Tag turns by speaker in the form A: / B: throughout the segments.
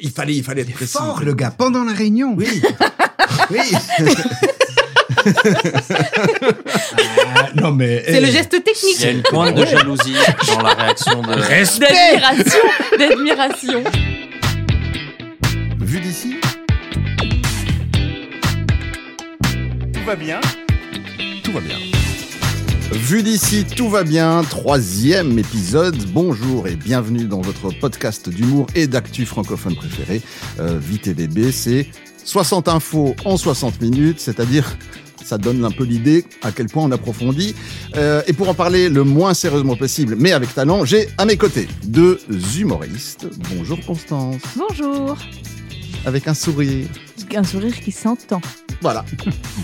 A: Il fallait, il fallait être
B: Il est
A: précis.
B: fort, le gars, pendant la réunion.
A: Oui.
B: Oui.
C: Euh,
B: Ah, non, mais.
D: C'est
B: eh,
D: le geste
E: Il y a
D: technique
E: une pointe de jalousie dans la réaction de.
A: Reste
D: d'admiration, d'admiration.
B: Vu d'ici,
F: Tout va bien.
B: tout va bien. Vu d'ici, tout va bien. Troisième épisode. Bonjour et bienvenue dans votre podcast d'humour et d'actu francophone préféré. Euh, VTVB, c'est 60 infos en 60 minutes, c'est-à-dire ça donne un peu l'idée à quel point on approfondit. Euh, et pour en parler le moins sérieusement possible, mais avec talent, j'ai à mes côtés deux humoristes. Bonjour Constance,
D: Bonjour.
B: avec un sourire.
D: Un sourire qui s'entend.
B: Voilà.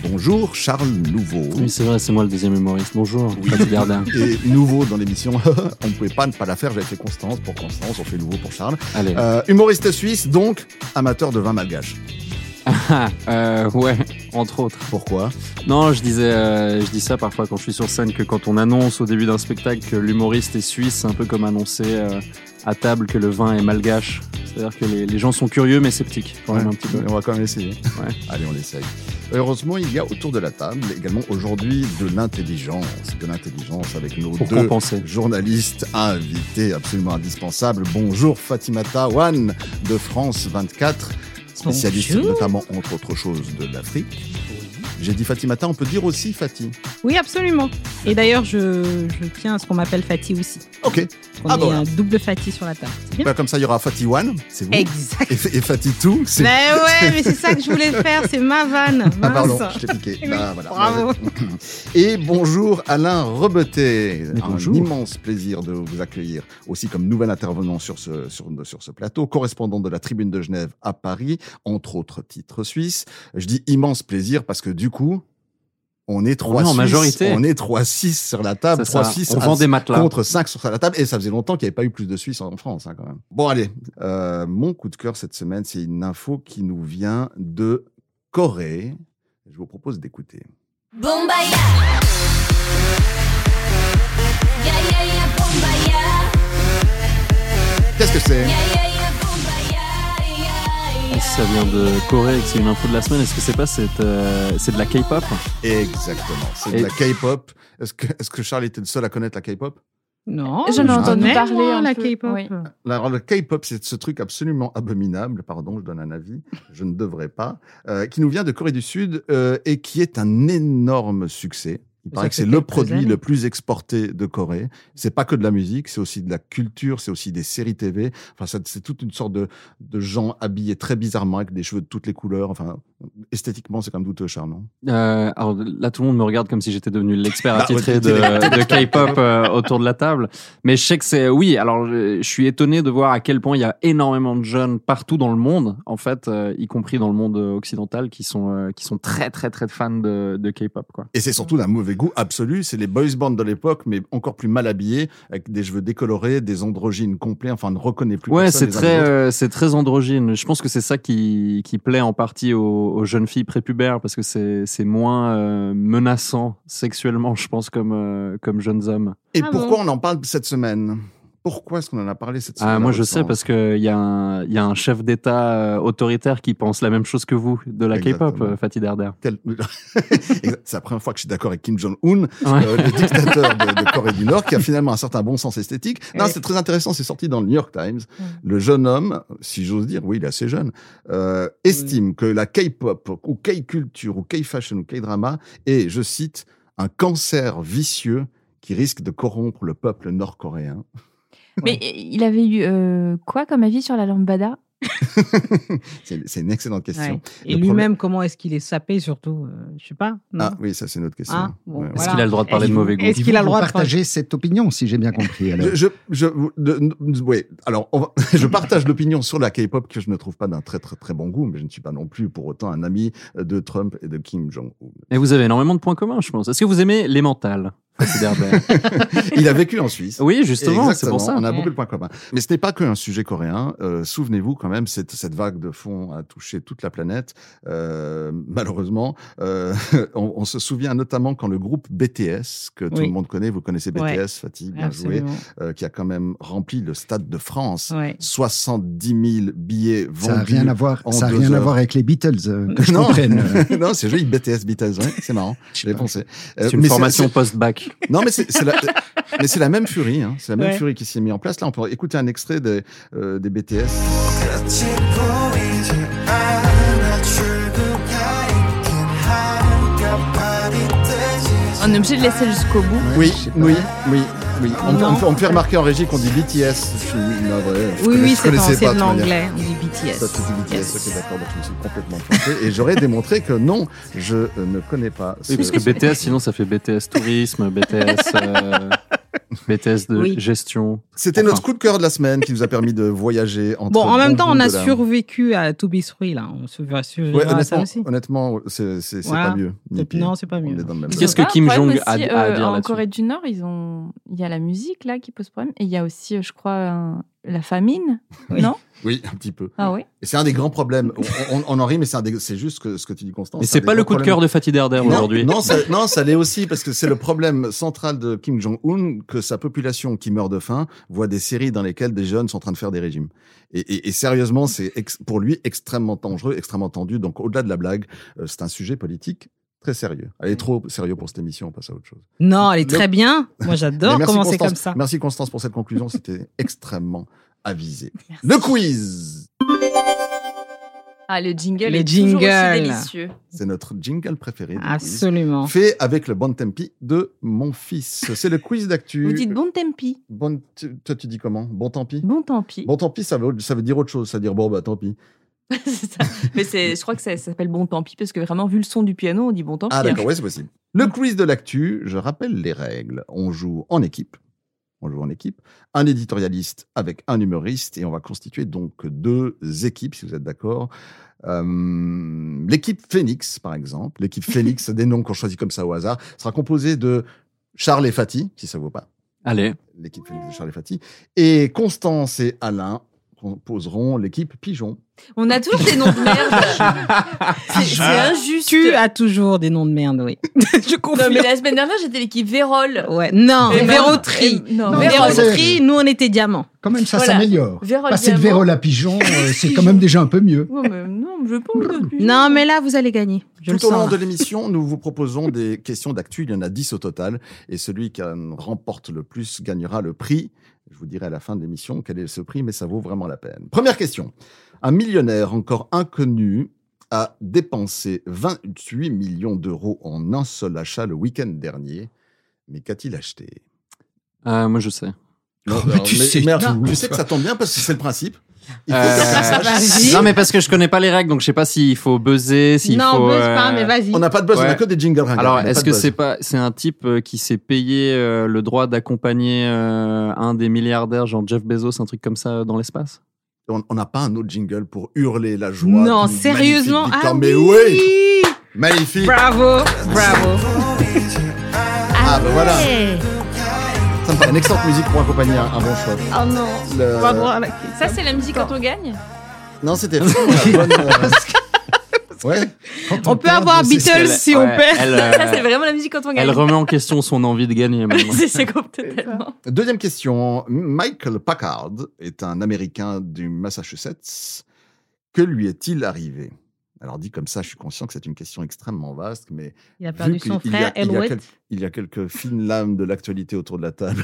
B: Bonjour Charles Nouveau.
G: Oui, c'est vrai, c'est moi le deuxième humoriste. Bonjour, Patrick Dardin.
B: Et nouveau dans l'émission, on ne pouvait pas ne pas la faire, j'avais fait Constance pour Constance, on fait nouveau pour Charles.
G: Allez.
B: Euh, humoriste suisse, donc amateur de vin malgache.
G: Ah, euh, ouais, entre autres.
B: Pourquoi
G: Non, je disais, euh, je dis ça parfois quand je suis sur scène que quand on annonce au début d'un spectacle que l'humoriste est suisse, c'est un peu comme annoncer euh, à table que le vin est malgache. C'est-à-dire que les, les gens sont curieux mais sceptiques quand même un petit peu.
B: On va quand même essayer.
G: Ouais.
B: Allez, on l'essaye. Heureusement, il y a autour de la table également aujourd'hui de l'intelligence. De l'intelligence avec nos
G: Pour
B: deux
G: compenser.
B: journalistes invités absolument indispensables. Bonjour Fatimata Wan de France 24, spécialiste
D: Bonjour.
B: notamment entre autres choses de l'Afrique. J'ai dit Fatimata, on peut dire aussi Fatih.
D: Oui, absolument. Et d'ailleurs, je, je tiens à ce qu'on m'appelle Fatih aussi.
B: Ok,
D: On
B: Ah,
D: est
B: bon.
D: un double Fatih sur la table. C'est bien
B: Bah, comme ça, il y aura Fatih One, c'est vous.
D: Exact.
B: Et, et Fatih Two, c'est
D: Mais
B: vous.
D: ouais, mais c'est ça que je voulais faire, c'est ma vanne.
B: Ah, pardon,
D: Mince.
B: je t'ai piqué.
D: Oui,
B: Bah, voilà.
D: bravo.
B: Et bonjour Alain Rebeté.
G: Mais
B: Un
G: bonjour.
B: immense plaisir de vous accueillir aussi comme nouvel intervenant sur ce, sur, sur ce plateau, correspondant de la Tribune de Genève à Paris, entre autres titres suisses. Je dis immense plaisir parce que du coup, on est trois
G: est en
B: Suisses.
G: majorité.
B: On est 3-6 sur la table.
G: C'est ça,
B: 3-6
G: on
B: à-
G: vend des matelas.
B: contre 5 sur la table. Et ça faisait longtemps qu'il n'y avait pas eu plus de Suisses en France, hein, quand même. Bon, allez. Euh, mon coup de cœur cette semaine, c'est une info qui nous vient de Corée. Je vous propose d'écouter.
H: Bombaya. Ya ya ya bombaya.
B: Qu'est-ce que c'est
H: Ya ya ya bombaya. Ya ya.
G: Ça vient de Corée et que c'est une info de la semaine. Est-ce que c'est pas cette, euh, c'est de la K-pop
B: Exactement. C'est de
G: Et-
B: la K-pop. Est-ce que, est-ce que Charles était le seul à connaître la K-pop
D: Non,
C: J'en ai
D: je
C: entendu
D: connais,
C: parler
D: moi,
C: un
D: la
C: peu,
D: K-pop.
C: oui.
B: Alors, le K-pop, c'est ce truc absolument abominable, pardon, je donne un avis, je ne devrais pas, euh, qui nous vient de Corée du Sud euh, et qui est un énorme succès. Il
D: Ça
B: paraît que
D: fait
B: c'est le
D: quelques
B: produit
D: années.
B: le plus exporté de Corée. C'est pas que de la musique, c'est aussi de la culture, c'est aussi des séries TV. Enfin, ça- c'est toute une sorte de, de gens habillés très bizarrement avec des cheveux de toutes les couleurs. Enfin, esthétiquement, c'est quand même douteux, Charles, non
G: Euh, alors là, tout le monde me regarde comme si j'étais devenu l'expert
B: Bah,
G: attitré
B: ouais,
G: de,
B: t'es-
G: de K-pop euh, autour de la table. Mais je sais que c'est oui. Alors, je, je suis étonné de voir à quel point il y a énormément de jeunes partout dans le monde, en fait, euh, y compris dans le monde occidental, qui sont euh, qui sont très très très fans de, de K-pop. Quoi.
B: Et c'est surtout d'un mauvais goût absolu. C'est les boys bands de l'époque, mais encore plus mal habillés, avec des cheveux décolorés, des androgynes complets. Enfin, on ne reconnaît plus.
G: Ouais,
B: personne
G: c'est
B: les uns
G: très
B: des autres.
G: euh, c'est très androgyne. Je pense que c'est ça qui qui plaît en partie aux, aux jeunes filles prépubères parce que c'est c'est moins euh, menaçant sexuellement, je pense, comme euh, comme jeunes hommes.
B: Et
D: Ah
B: pourquoi on en parle cette semaine Pourquoi est-ce qu'on en a parlé cette semaine
G: Ah,
B: à
G: moi, je
B: votre
G: sais
B: sens
G: parce qu'il y, a un- y a un chef d'État euh, autoritaire qui pense la même chose que vous de la K-pop,
B: Exactement.
G: euh, Fatih Derder.
B: Quel- Exact. c'est la première fois que je suis d'accord avec Kim Jong-un,
G: Ouais.
B: euh, le dictateur de, de Corée du Nord, qui a finalement un certain bon sens esthétique. Non,
D: Ouais.
B: c'est très intéressant, c'est sorti dans le New York Times.
C: Ouais.
B: Le jeune homme, si j'ose dire, oui, il est assez jeune, euh, estime que la K-pop ou K-culture ou K-fashion ou K-drama est, je cite, un cancer vicieux qui risque de corrompre le peuple nord-coréen.
C: Mais il avait eu euh, quoi comme avis sur la lambada
B: c'est c'est une excellente question.
D: Ouais. Et
B: Le
D: lui-même, comment est-ce qu'il est sapé surtout euh, Je sais pas. Non.
B: Ah oui, ça c'est notre question.
D: Ah, bon,
B: Ouais,
D: voilà.
G: qu'il a le droit de parler
D: Est-ce-
G: de mauvais goût
D: Est-ce
C: Et
D: qu'il a
C: vous- vous
D: le droit de
C: partagez cette opinion, si j'ai bien compris alors.
B: Je, je, je- de- de- ouais. Alors, on va- je partage l'opinion sur la K-pop que je ne trouve pas d'un très très très bon goût, mais je ne suis pas non plus pour autant un ami de Trump et de Kim Jong Un.
G: Et vous avez énormément de points communs, je pense. Est-ce que vous aimez les mentales Fatou Berdel
B: Il a vécu en Suisse.
G: Oui, justement, c'est
B: Exactement,
G: pour ça.
B: On a
D: Ouais.
B: beaucoup de points communs. Mais ce n'est pas qu'un sujet coréen. Euh, Souvenez-vous quand même, cette, cette vague de fond a touché toute la planète. Euh, malheureusement, euh, on, on se souvient notamment quand le groupe BTS, que tout
D: Oui.
B: le monde connaît, vous connaissez BTS,
D: Ouais.
B: Fatih, bien joué,
D: Absolument.
B: euh, qui a quand même rempli le stade de France.
D: Ouais.
B: 70 000 billets vendus.
C: Ça n'a rien à voir.
B: en
C: Ça a
B: deux
C: rien à
B: heures.
C: voir avec les Beatles. euh, que je
B: non,
C: comprenne. Euh,
B: non c'est joli, BTS, Beatles, ouais, c'est marrant, je l'ai pensé. Euh,
G: C'est une
B: mais
G: formation post-bac.
B: Non, mais c'est c'est la, mais c'est la même furie, hein. c'est la même
D: Ouais.
B: furie qui s'est mise en place. Là, on peut écouter un extrait des, euh, des BTS.
I: On est obligé de laisser jusqu'au bout.
B: Oui,
C: je sais pas.
B: oui, oui, oui. On,
D: Non.
B: on me fait- on me fait remarquer en régie qu'on dit BTS. Je suis- non, ouais, je
D: Oui,
B: connais-
D: oui,
B: je
D: c'est
B: connaissais
D: français
B: pas,
D: de
B: de manière-
D: l'anglais. On dit BTS.
B: Ça, tu dis BTS,
D: Yes.
B: ok, d'accord, donc je me suis complètement planté. Et j'aurais démontré que non, je euh, ne connais pas.
G: Oui,
B: ce-
G: parce que BTS, sinon, ça fait BTS tourisme, BTS, euh, BTS de
D: Oui.
G: gestion.
B: C'était
G: Enfin.
B: notre coup de cœur de la semaine qui nous a permis de voyager entre.
D: Bon, en même temps, on a
B: sûr.
D: survécu à To Be Three, là. On se survivre
B: Ouais,
D: à ça
B: honnêtement,
D: aussi.
B: honnêtement, c'est c'est- c'est
D: Voilà.
B: pas mieux. ni
D: Peut-être-
B: pire.
D: Non, c'est pas
B: On
D: mieux.
B: est dans le même
G: Qu'est-ce
B: bateau.
I: Ils ont
G: que
I: pas un
G: Kim
I: problème
G: Jong a-
I: aussi, euh,
G: a à dire
I: En
G: là-dessus
I: Corée du Nord, ils ont... il y a la musique là qui pose problème. Et il y a aussi, euh, je crois, un- la famine.
D: Oui.
I: Non
B: Oui, un petit peu.
I: Ah oui
B: Et c'est un des grands problèmes. On, on- on en rit, mais c'est un des- c'est juste que ce que tu dis, Constance.
G: Mais
B: un
G: c'est
B: des
G: pas le
B: grands
G: coup de
B: problèmes.
G: cœur de Fatih Derder
B: Non,
G: aujourd'hui.
B: Non, ça, non, ça l'est aussi parce que c'est le problème central de Kim Jong-un que sa population qui meurt de faim voit des séries dans lesquelles des jeunes sont en train de faire des régimes. Et, et- et sérieusement, c'est ex- pour lui extrêmement dangereux, extrêmement tendu. Donc au-delà de la blague, euh, c'est un sujet politique très sérieux. Elle est trop sérieux pour cette émission, on passe à autre chose.
D: Non, elle est
B: Le-
D: très bien. Moi,
B: Mais
D: j'adore
B: merci,
D: commencer
B: Constance.
D: comme ça.
B: Merci Constance pour cette conclusion, c'était extrêmement avisé. Le quiz
I: Ah, le jingle
D: Les
I: est toujours aussi
D: jingles.
I: délicieux.
B: C'est notre jingle préféré. du quiz.
D: Absolument.
B: Fait avec le bon tempi de mon fils. C'est le quiz d'actu.
I: Vous dites bon tempi.
B: Bon, tu- toi, tu dis comment Bon, tant pis
I: Bon tant pis.
B: Bon, tant pis, ça veut, ça veut dire autre chose. Ça veut dire bon, bah, tant pis.
I: C'est ça. Mais c'est- je crois que ça, ça s'appelle bon tant pis parce que vraiment, vu le son du piano, on dit bon hein. tant pis.
B: Ah, d'accord, ouais, c'est possible. Le quiz de l'actu, je rappelle les règles. On joue en équipe. On joue en équipe. Un éditorialiste avec un humoriste et on va constituer donc deux équipes, si vous êtes d'accord. Euh, l'équipe Phoenix, par exemple. L'équipe Phoenix, des noms qu'on choisit comme ça au hasard, sera composée de Charles et Fatih, si ça vaut pas.
G: Allez,
B: L'équipe Phoenix de Charles et Fatih. Et Constance et Alain composeront l'équipe Pigeon.
I: On a toujours des noms de merde. C'est- C'est injuste.
D: Tu as toujours des noms de merde, oui. Je
I: Non, mais
D: confirme.
I: la semaine dernière, j'étais l'équipe Vérole.
D: Ouais. Non,
B: Eh
I: Et
D: Véro
I: ben-
D: Tri.
I: et- Non,
C: Non,
I: Vérole.
C: Vérole.
D: Véro-tri, nous, on était diamants.
C: Quand même, ça
I: Voilà.
C: s'améliore.
D: Oh,
I: Vérole
C: Passer de
I: Diamant.
C: Vérole à Pigeon, euh, c'est quand même déjà un peu mieux.
I: Ouais, mais non, je pense que-
D: Non, mais là, vous allez gagner. Je le
B: Tout au
D: sens.
B: long
D: là.
B: de l'émission, nous vous proposons des questions d'actu. Il y en a 10 au total. Et celui qui en remporte le plus gagnera le prix. Je vous dirai à la fin de l'émission quel est ce prix, mais ça vaut vraiment la peine. Première question. Un millionnaire encore inconnu a dépensé 28 millions d'euros en un seul achat le week-end dernier. Mais qu'a-t-il acheté
G: Euh, moi je sais.
B: Non,
C: mais tu sais tout.
B: tu sais que ça tombe bien parce que c'est le principe. Il faut
G: Euh,
B: que ça se
G: ça
D: va
B: sache.
D: Si.
G: Non, mais parce que je connais pas les règles, donc je sais pas s'il faut buzzer, s'il
D: non,
G: faut.
D: buzz
G: euh,
D: pas, mais vas-y.
B: On n'a pas de buzz, on n'a
G: Ouais.
B: que des jingles ringards.
G: Alors,
B: On n'a pas
G: est-ce
B: de
G: que
B: buzz.
G: c'est pas c'est un type euh, qui s'est payé euh, le droit d'accompagner euh, un des milliardaires, genre Jeff Bezos, un truc comme ça, euh, dans l'espace
B: On on n'a pas un autre jingle pour hurler la joie.
D: Non,
B: d'une
D: sérieusement.
B: magnifique
D: Ah,
B: victoire. mais oui,
D: oui.
B: magnifique.
D: Bravo, bravo.
B: Ah, bah voilà.
D: Ouais.
B: Ça me paraît une excellente musique pour accompagner un, un bon choix.
D: Oh non.
B: Le-
D: Pas droit à la-
I: Ça, c'est la musique quand on gagne
B: Non, c'était vraiment la bonne. euh, Ouais.
D: On, peut avoir Beatles
G: Elle-
D: si on
G: ouais,
D: perd.
G: Elle,
I: Ça, c'est
G: euh,
I: vraiment la musique quand on
G: elle
I: gagne.
G: remet en question son envie de gagner. maintenant.
I: c'est c'est comme totalement.
B: Deuxième question. Michael Packard est un Américain du Massachusetts. Que lui est-il arrivé Alors dit comme ça, je suis conscient que c'est une question extrêmement vaste, mais
D: Il a
B: Vu
D: perdu
B: qu'il-
D: son
B: il y a-
D: frère,
B: il y a
D: Elwood.
B: quel- Il y a quelques fines lames de l'actualité autour de la table.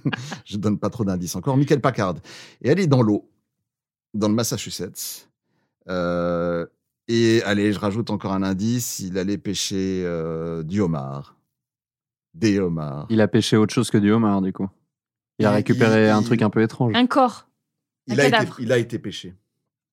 B: Je donne pas trop d'indices encore. Michael Packard. Et elle est dans l'eau, dans le Massachusetts. Euh, et allez, je rajoute encore un indice. Il allait pêcher euh, du homard. Des homards.
G: Il a pêché autre chose que du homard, du coup. Il a
B: Il-
G: récupéré
B: il-
G: un
B: il-
G: truc un peu étrange.
I: Un corps.
B: Il a, été,
I: cadavre.
B: il a été pêché.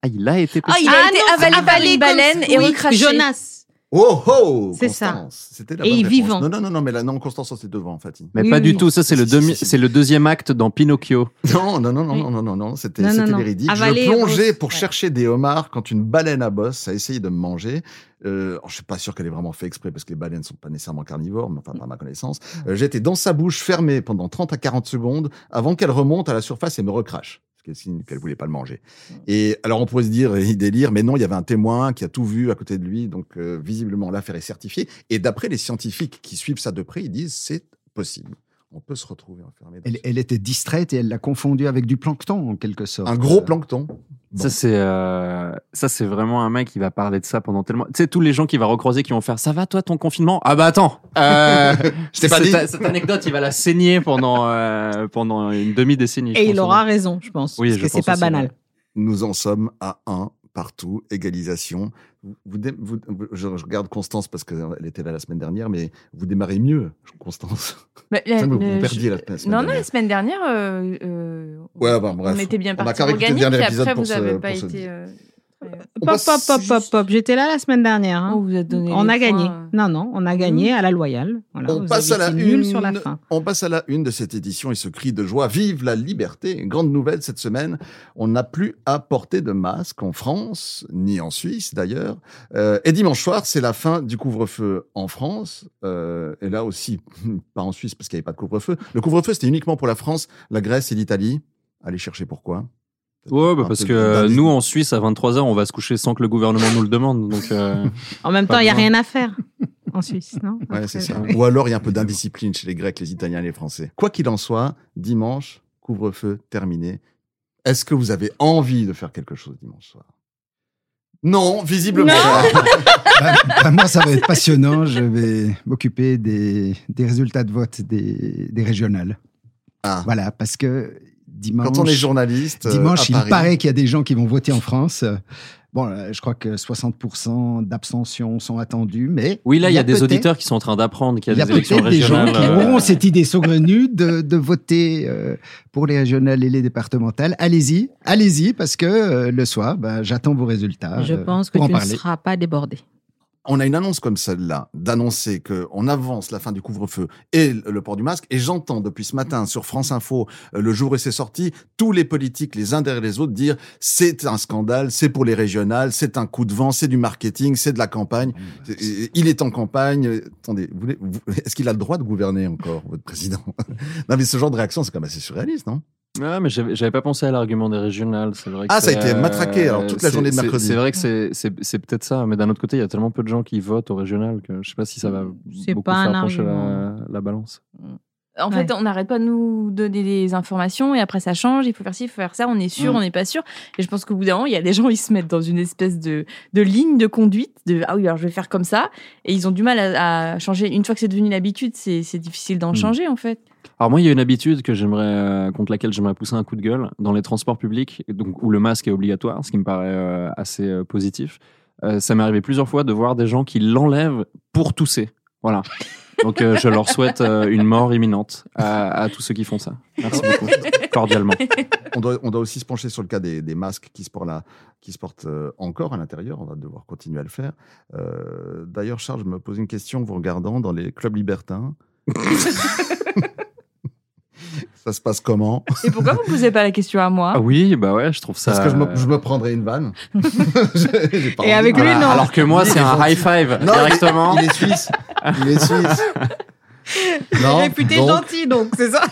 G: Ah, il a été
I: Ah, il a été avalé par une baleine et recraché.
D: Jonas.
B: Oh oh
D: C'est ça.
B: Constance, C'était la
D: Et
B: bonne
D: il
B: réponse.
D: vivant.
B: Non, non, non, non, mais là, non, Constance, oh, c'est devant, Fatih.
G: Mais
D: Oui,
G: pas
D: oui,
G: du
D: oui.
G: tout, ça c'est le,
B: Si, si,
G: demi-
B: si, si.
G: c'est le deuxième acte dans Pinocchio.
B: Non, non, non, non,
D: Oui.
B: non, non, non, non, c'était
D: Non, non,
B: c'était
D: non.
B: véridique.
D: Avaler,
B: je plongeais
D: rose,
B: pour
D: ouais.
B: chercher des homards quand une baleine à bosse a essayé de me manger. Euh, je suis pas sûr qu'elle ait vraiment fait exprès parce que les baleines sont pas nécessairement carnivores, mais enfin, pas à ma connaissance. Euh, J'étais dans sa bouche fermée pendant 30 à 40 secondes avant qu'elle remonte à la surface et me recrache. Ce qui est signe qu'elle voulait pas le manger. Et alors, on pourrait se dire, il délire, mais non, il y avait un témoin qui a tout vu à côté de lui, donc euh, visiblement, l'affaire est certifiée. Et d'après les scientifiques qui suivent ça de près, ils disent, c'est possible. On peut se retrouver enfermé. dans
C: Elle,
B: ce-
C: elle était distraite et elle l'a confondue avec du plancton en quelque sorte.
B: Un gros
C: Euh,
B: plancton. Bon.
G: Ça c'est euh, ça c'est vraiment un mec qui va parler de ça pendant tellement. Tu sais tous les gens qui va recroiser qui vont faire ça va toi ton confinement ah bah attends euh,
B: Je t'ai pas dit.
G: cette, cette anecdote il va la saigner pendant euh, pendant une demi décennie.
D: Et il aura raison, je pense.
G: Oui,
D: parce
G: je
D: que
G: pense
D: c'est pas
G: aussi,
D: banal.
B: Nous en sommes à un partout, égalisation. Vous, vous dé- vous- vous- je, je regarde Constance parce qu'elle était là la semaine dernière, mais vous démarrez mieux, Constance.
I: Mais,
B: Ça, vous,
I: euh,
B: vous
I: je-
B: perdiez la semaine
I: Non,
B: dernière.
I: non, la semaine dernière, euh, euh,
B: Ouais, bah, bref.
I: on était bien
B: On a
I: parti
B: qu'à réécouter le
I: organique,
B: dernier
I: et
B: épisode
I: après,
B: pour
I: vous
B: se-
I: avez
B: pour
I: pas
B: se-
I: été... euh,
B: On
D: Pop,
B: passe
D: pop, pop, pop,
B: juste-
D: pop. J'étais là la semaine dernière. hein.
I: on vous a donné
D: on
I: les
D: a gagné.
I: points, euh.
D: Non, non, on a gagné à la loyale. Voilà,
B: On
D: vous
B: passe, à
D: avez
B: la
D: été nuls
B: une,
D: sur la fin.
B: on passe à la une de cette édition et ce cri de joie. Vive la liberté Grande nouvelle cette semaine, on n'a plus à porter de masque en France, ni en Suisse d'ailleurs. Euh, et dimanche soir, c'est la fin du couvre-feu en France. Euh, et là aussi, pas en Suisse parce qu'il n'y avait pas de couvre-feu. Le couvre-feu, c'était uniquement pour la France, la Grèce et l'Italie. Allez chercher pourquoi.
G: Ouais bah,
B: Un
G: parce
B: peu
G: que
B: d'un-
G: euh, nous en Suisse à 23 h on va se coucher sans que le gouvernement nous le demande donc euh,
D: En même
G: Pas
D: temps, il n'y a
G: besoin.
D: rien à faire en Suisse, non
B: Ouais,
D: Après-
B: c'est ça. Ou alors il y a un peu d'indiscipline chez les Grecs, les Italiens et les Français. Quoi qu'il en soit, dimanche, couvre-feu terminé. Est-ce que vous avez envie de faire quelque chose dimanche soir Non, visiblement pas.
C: bah, bah, moi, ça va être passionnant. Je vais m'occuper des, des résultats de vote des, des régionales.
B: Ah.
C: Voilà, parce que dimanche.
B: Quand on est journaliste, euh, à
C: Dimanche, il
B: Paris,
C: paraît qu'il y a des gens qui vont voter en France. Euh, Bon, euh, je crois que 60% d'abstention sont attendus, mais.
G: oui là il y a des
C: peut-être-
G: auditeurs qui sont en train d'apprendre qu'il
C: Il
G: y a des élections
C: peut-être des gens
G: régionales.
C: qui
G: euh,
C: auront cette idée saugrenue de, de voter euh, pour les régionales et les départementales. Allez-y, allez-y, parce que euh, le soir, bah, j'attends vos résultats.
D: Je
C: euh,
D: pense que
C: pour
D: tu
C: en
D: ne
C: parler.
D: seras pas débordé.
B: on a une annonce comme celle-là, d'annoncer qu'on avance la fin du couvre-feu et le port du masque. Et j'entends depuis ce matin sur France Info, euh, le jour où c'est sorti, tous les politiques, les uns derrière les autres, dire c'est un scandale, c'est pour les régionales, c'est un coup de vent, c'est du marketing, c'est de la campagne. C'est- Il est en campagne. Euh, Attendez, vous voulez- vous- est-ce qu'il a le droit de gouverner encore, votre président Non, mais ce genre de réaction, c'est quand même assez surréaliste, non
G: Ah, mais j'avais j'avais pas pensé à l'argument des régionales. C'est vrai que
B: Ah, ça a
G: c'est,
B: été matraqué, alors, toute la
G: c'est-
B: journée de
G: c'est-
B: mercredi.
G: C'est vrai que c'est- c'est c'est peut-être ça, mais d'un autre côté, il y a tellement peu de gens qui votent aux régionales que je sais pas si ça va
D: C'est
G: beaucoup
D: pas
G: faire
D: un
G: pencher la,
D: argument.
G: la balance.
I: En fait, on n'arrête pas de nous donner des informations et après ça change. Il faut faire ci, il faut faire ça. On est sûr,
B: Mm.
I: on n'est pas sûr. Et je pense qu'au bout d'un moment, il y a des gens, ils se mettent dans une espèce de, de ligne de conduite de ah oui, alors je vais faire comme ça. Et ils ont du mal à, à changer. Une fois que c'est devenu une habitude, c'est c'est difficile d'en
G: Mm.
I: changer en fait.
G: Alors moi, il y a une habitude que j'aimerais euh, contre laquelle j'aimerais pousser un coup de gueule dans les transports publics, donc où le masque est obligatoire, ce qui me paraît euh, assez euh, positif. Euh, ça m'est arrivé plusieurs fois de voir des gens qui l'enlèvent pour tousser. Voilà. Donc euh, je leur souhaite euh, une mort imminente à, à tous ceux qui font ça. Merci beaucoup, cordialement.
B: on doit, on doit aussi se pencher sur le cas des, des masques qui se portent, là- qui se portent euh, encore à l'intérieur. On va devoir continuer à le faire. Euh, D'ailleurs, Charles, je me pose une question en vous regardant dans les clubs libertins. ça se passe comment
I: Et pourquoi vous ne posez pas la question à moi
G: Ah oui, bah ouais, je trouve ça. euh,
B: Parce que je me, je me prendrai une vanne. J'ai- j'ai pas
D: Euh. Et
B: envie.
D: avec lui,
G: Voilà.
D: non.
G: Alors que moi,
B: Lui,
G: c'est
B: il est
G: un
B: gentil.
G: high five
B: Non,
G: directement.
B: Il est suisse. Il est suisse. Non,
D: Réputé
B: Ah, donc,
D: gentil, donc, c'est ça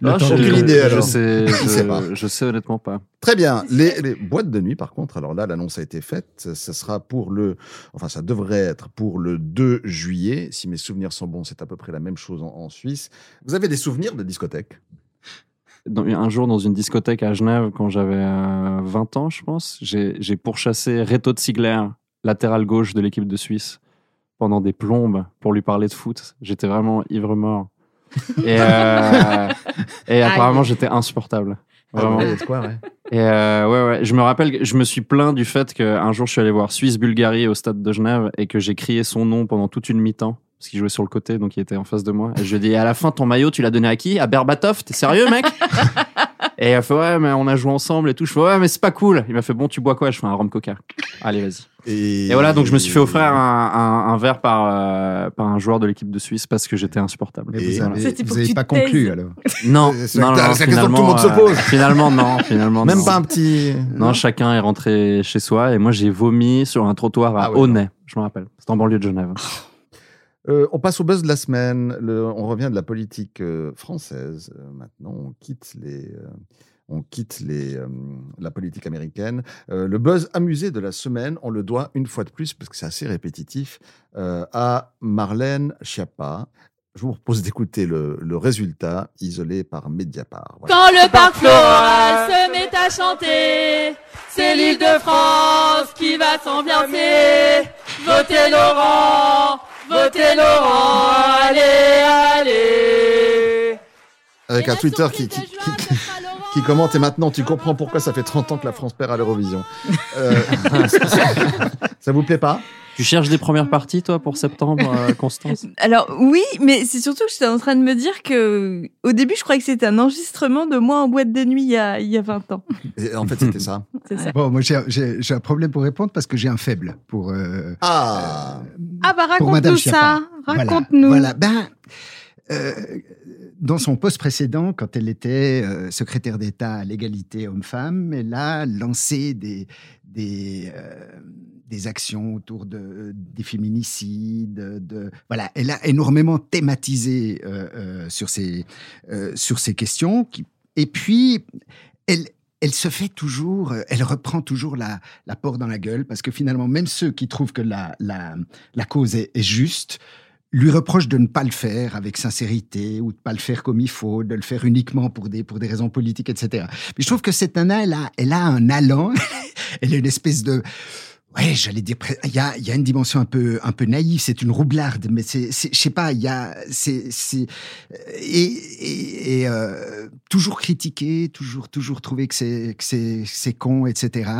C: Le
G: Non,
C: temps
G: Oh, je,
C: de-
B: Aucune idée,
G: je
B: alors.
G: sais,
B: Il sait pas.
G: je, je sais honnêtement pas.
B: Très bien. Les, les boîtes de nuit, par contre, alors là, l'annonce a été faite. Ça sera pour le, enfin, ça devrait être pour le 2 juillet. Si mes souvenirs sont bons, c'est à peu près la même chose en, en Suisse. Vous avez des souvenirs de discothèques
G: Dans- un jour, dans une discothèque à Genève, quand j'avais euh, 20 ans, je pense, j'ai j'ai pourchassé Reto de Ziegler, latéral gauche de l'équipe de Suisse, pendant des plombes pour lui parler de foot. J'étais vraiment ivre-mort. Et, euh, et apparemment, j'étais insupportable. Vraiment.
B: Ah, quoi, ouais.
G: Et euh, ouais, ouais, je me rappelle, que je me suis plaint du fait qu'un jour je suis allé voir Suisse-Bulgarie au stade de Genève et que j'ai crié son nom pendant toute une mi-temps. Parce qu'il jouait sur le côté, donc il était en face de moi. Et je lui ai dit, à la fin, ton maillot, tu l'as donné à qui À Berbatov T'es sérieux, mec Et elle fait ouais, mais on a joué ensemble et tout. Je fais ouais, mais c'est pas cool. Il m'a fait bon, tu bois quoi Je fais un rhum coca. Allez, vas-y. Et voilà, donc je me suis fait offrir un, un- un verre par, euh, par un joueur de l'équipe de Suisse parce que j'étais insupportable.
C: Mais
B: Et-
C: vous avez,
I: C'était
C: vous
I: pour
C: avez
I: que tu
C: pas
I: te taises.
C: conclu alors.
G: Non,
B: C'est la-
G: non, non,
B: c'est la
G: non,
B: question que tout le
G: finalement,
B: monde se
G: euh,
B: pose.
G: Finalement, non, finalement,
B: Même
G: non.
B: pas un petit.
G: Non, chacun est rentré chez soi et moi j'ai vomi sur un trottoir à
B: Ah ouais,
G: Aunay, je me rappelle. C'était en banlieue de Genève.
B: Euh, on passe au buzz de la semaine. Le- on revient de la politique euh, française. Euh, maintenant, on quitte les. euh, on quitte les, euh, la politique américaine. Euh, le buzz amusé de la semaine, on le doit une fois de plus, parce que c'est assez répétitif, euh, à Marlène Schiappa. Je vous propose d'écouter le, le résultat isolé par Mediapart. Voilà.
H: Quand le
D: Ah,
H: parc floral se met à chanter, c'est l'île de France qui va s'enflammer. Votez Laurent, votez Laurent, allez, allez.
B: Avec un Twitter qui, qui, qui- qui- qui commente et maintenant tu comprends pourquoi ça fait 30 ans que la France perd à l'Eurovision. Euh, ça vous plaît pas
G: Tu cherches des premières parties, toi, pour septembre, euh, Constance
I: Alors oui, mais c'est surtout que j'étais en train de me dire que au début, je croyais que c'était un enregistrement de moi en boîte de nuit il y a, il y a 20 ans.
B: Et En fait, c'était ça.
I: C'est ça.
C: Bon, moi j'ai- j'ai j'ai un problème pour répondre parce que j'ai un faible pour. euh,
B: Ah
D: Ah bah
C: pour Madame
D: raconte-nous
C: Schiappa.
D: ça,
C: Voilà,
D: raconte-nous.
C: Voilà, ben. euh, dans son poste précédent, quand elle était euh, secrétaire d'État à l'égalité hommes-femmes, elle a lancé des, des, euh, des actions autour de, des féminicides. De, voilà, elle a énormément thématisé euh, euh, sur, ces, euh, sur ces questions. qui- et puis, elle, elle se fait toujours, euh, elle reprend toujours la, la porte dans la gueule parce que finalement, même ceux qui trouvent que la, la, la cause est, est juste lui reprochent de ne pas le faire avec sincérité ou de pas le faire comme il faut, de le faire uniquement pour des, pour des raisons politiques, etc. Mais je trouve que cette nana, elle a, elle a un allant, elle a une espèce de... Ouais, j'allais dire, pre- il y a, il y a une dimension un peu, un peu naïve, c'est une roublarde, mais c'est, c'est- je sais pas, il y a, c'est, c'est, et, et, et, euh, toujours critiquer, toujours, toujours trouver que c'est, que c'est, que c'est con, etc.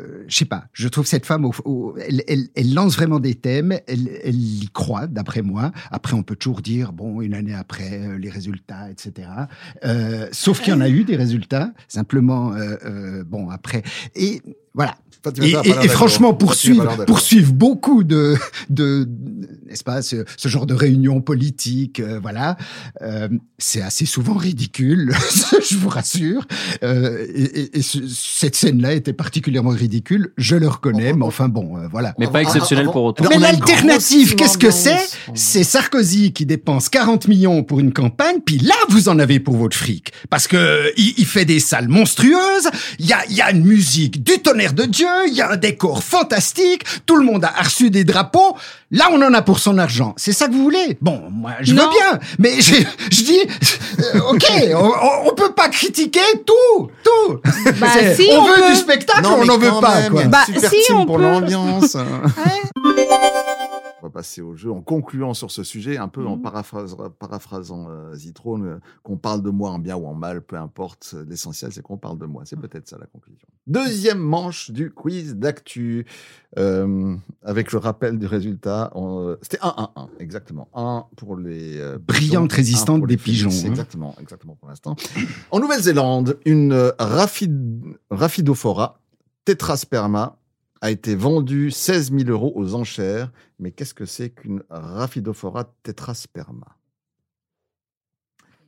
C: Euh, je sais pas, je trouve cette femme, au- au- elle, elle- elle lance vraiment des thèmes, elle, elle y croit, d'après moi. Après, on peut toujours dire, bon, une année après, euh, les résultats, etc. Euh, sauf qu'il y en a eu des résultats, simplement, euh, euh, bon, après. Et voilà.
B: Toi, tu
C: Et,
B: m'as pas
C: et-
B: l'air
C: et
B: d'accord.
C: franchement,
B: Toi, tu m'as pas
C: poursuivre,
B: l'air d'accord.
C: poursuivre beaucoup de, de n'est-ce pas, ce, ce genre de réunions politiques, euh, voilà, euh, c'est assez souvent ridicule, je vous rassure. Euh, et et- et ce- cette scène-là était particulièrement ridicule, je le reconnais,
B: On-
C: mais
B: on-
C: enfin bon, euh, voilà.
B: Ah,
G: Mais pas exceptionnel pour autant.
B: Non,
C: Mais
B: on a une
C: l'alternative,
B: grosse
C: qu'est-ce que c'est
B: tendance.
C: C'est Sarkozy qui dépense 40 millions pour une campagne, puis là, vous en avez pour votre fric. Parce que euh, il, il fait des salles monstrueuses, il y a, il y a une musique du tonnerre de Dieu, il y a un décor fantastique, tout le monde a reçu des drapeaux. Là, on en a pour son argent. C'est ça que vous voulez Bon, moi, je veux
D: Non.
C: bien, mais je, je dis, euh, ok, on, on- on peut pas critiquer tout, tout.
D: Bah,
C: C'est-
D: si,
C: on,
D: on
C: veut
D: peut.
C: du spectacle,
B: Non,
C: on
B: mais
C: n'en veut
B: quand
C: pas.
B: même,
C: quoi.
B: il y a une
D: Bah,
B: super
D: si,
B: team
D: on
B: pour
D: peut.
B: l'ambiance. On va passer au jeu en concluant sur ce sujet, un peu
D: Mhm.
B: en paraphrasant, paraphrasant euh, Zitrone, euh, qu'on parle de moi en bien ou en mal, peu importe. euh, L'essentiel, c'est qu'on parle de moi. C'est peut-être ça la conclusion. Deuxième manche du quiz d'actu, euh, avec le rappel du résultat. on, euh, C'était 1-1-1, exactement. 1 pour les euh,
C: Brillante
B: pigeons,
C: résistante
B: un pour les
C: des pigeons,
B: phénix.
C: hein.
B: Exactement, exactement pour l'instant. En Nouvelle-Zélande, une euh, raphid- Raphidophora tetrasperma a été vendue 16 000 euros aux enchères. Mais qu'est-ce que c'est qu'une Raphidophora tetrasperma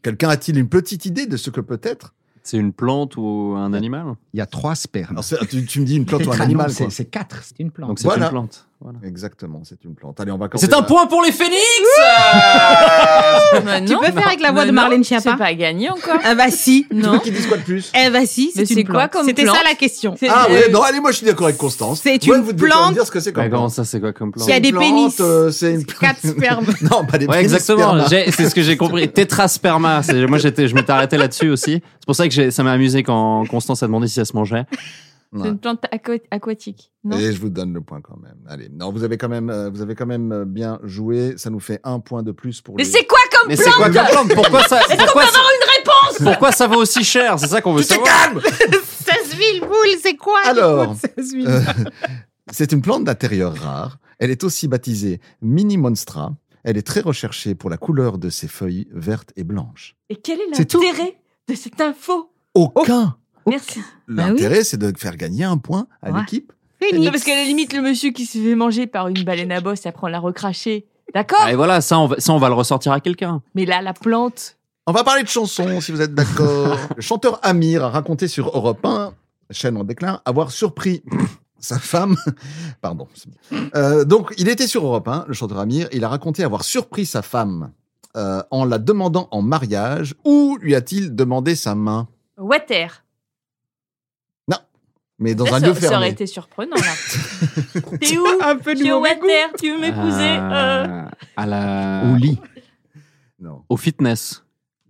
B: Quelqu'un a-t-il une petite idée de ce que peut être
G: C'est une plante ou un animal
C: Il y a trois spermes.
B: Alors, c'est- tu, tu me dis une plante ou Bah, un
C: Tétra-
B: animal,
C: non, c'est-
B: quoi.
C: C'est quatre.
D: C'est une plante.
G: Donc c'est
B: Voilà.
G: une plante. Voilà.
B: Exactement, c'est une plante. Allez, on va
E: C'est
B: commencer
E: un
B: par-
E: point pour les phénix
I: Mais
D: Ah. Tu
I: Bah non,
D: peux faire avec la voix
I: mais
D: de Marlène
I: non,
D: Schiappa
I: C'est pas gagné encore.
D: Ah bah si.
B: Tu
I: Non.
B: veux qu'ils disent quoi de plus
D: Eh bah si,
I: Mais
D: c'est une
I: c'est quoi
D: plante.
I: comme
D: C'était
I: plante
D: ça la question.
I: C'est-
B: Ah
I: euh,
B: ouais, non, allez, moi je suis d'accord avec Constance.
D: c'est
B: Ouais,
D: une
B: vous devez pas me
D: plante.
B: dire ce que c'est
G: Mais
B: comme
G: comment
B: plante.
G: ça, c'est quoi comme plante
D: Il y a des
B: Plante,
D: pénis.
B: euh, c'est une plante.
D: Quatre spermes.
B: Non, pas des
G: Ouais,
B: pénis,
G: exactement.
B: sperma.
G: J'ai- C'est ce que j'ai compris. Tétrasperma. C'est- Moi, j'étais, je m'étais arrêté là-dessus aussi. C'est pour ça que j'ai- ça m'a amusé quand Constance a demandé si ça se mangeait.
I: C'est une plante aqua- aquatique. Non.
B: Et je vous donne le point quand même. Allez, non, vous avez quand même, euh, vous avez quand même euh, bien joué. Ça nous fait un point de plus pour.
I: Mais
B: les-
I: c'est quoi comme
G: Mais
I: plante
G: c'est quoi comme plante Pourquoi ça pourquoi, ça- pourquoi ça vaut aussi cher C'est ça qu'on veut
B: Tu te
G: savoir.
B: calmes
D: Ça se vit le boule, c'est quoi les
B: Alors,
D: boules, ça se vit
B: Euh, C'est une plante d'intérieur rare. Elle est aussi baptisée mini monstra. Elle est très recherchée pour la couleur de ses feuilles vertes et blanches.
I: Et quel est
C: C'est tout.
I: l'intérêt de cette info
D: Oh. Bah
B: Aucun.
I: Merci.
B: L'intérêt, c'est de faire gagner un point à
I: Ouais.
B: l'équipe.
I: Non, parce qu'à la limite, le monsieur qui se fait manger par une baleine à bosse, après on l'a recraché. D'accord
G: Ah, Et voilà, ça on, va, ça, on va le ressortir à quelqu'un.
I: Mais là, la plante.
B: On va parler de chansons, si vous êtes d'accord. le chanteur Amir a raconté sur Europe 1, chaîne en déclin, avoir surpris sa femme. Pardon. c'est bon. Euh, donc, il était sur Europe 1, le chanteur Amir. Il a raconté avoir surpris sa femme euh, en la demandant en mariage. Où lui a-t-il demandé sa main
I: Water.
B: Mais dans
I: Là,
B: un
I: ça,
B: lieu
I: ça aurait
B: fermé.
I: été surprenant, là. T'es où
D: Un peu
I: Je
D: de
I: suis au
D: mauvais goût.
I: Water, tu veux m'épouser Euh,
G: À- à la...
C: Au lit.
B: Non,
G: Au fitness.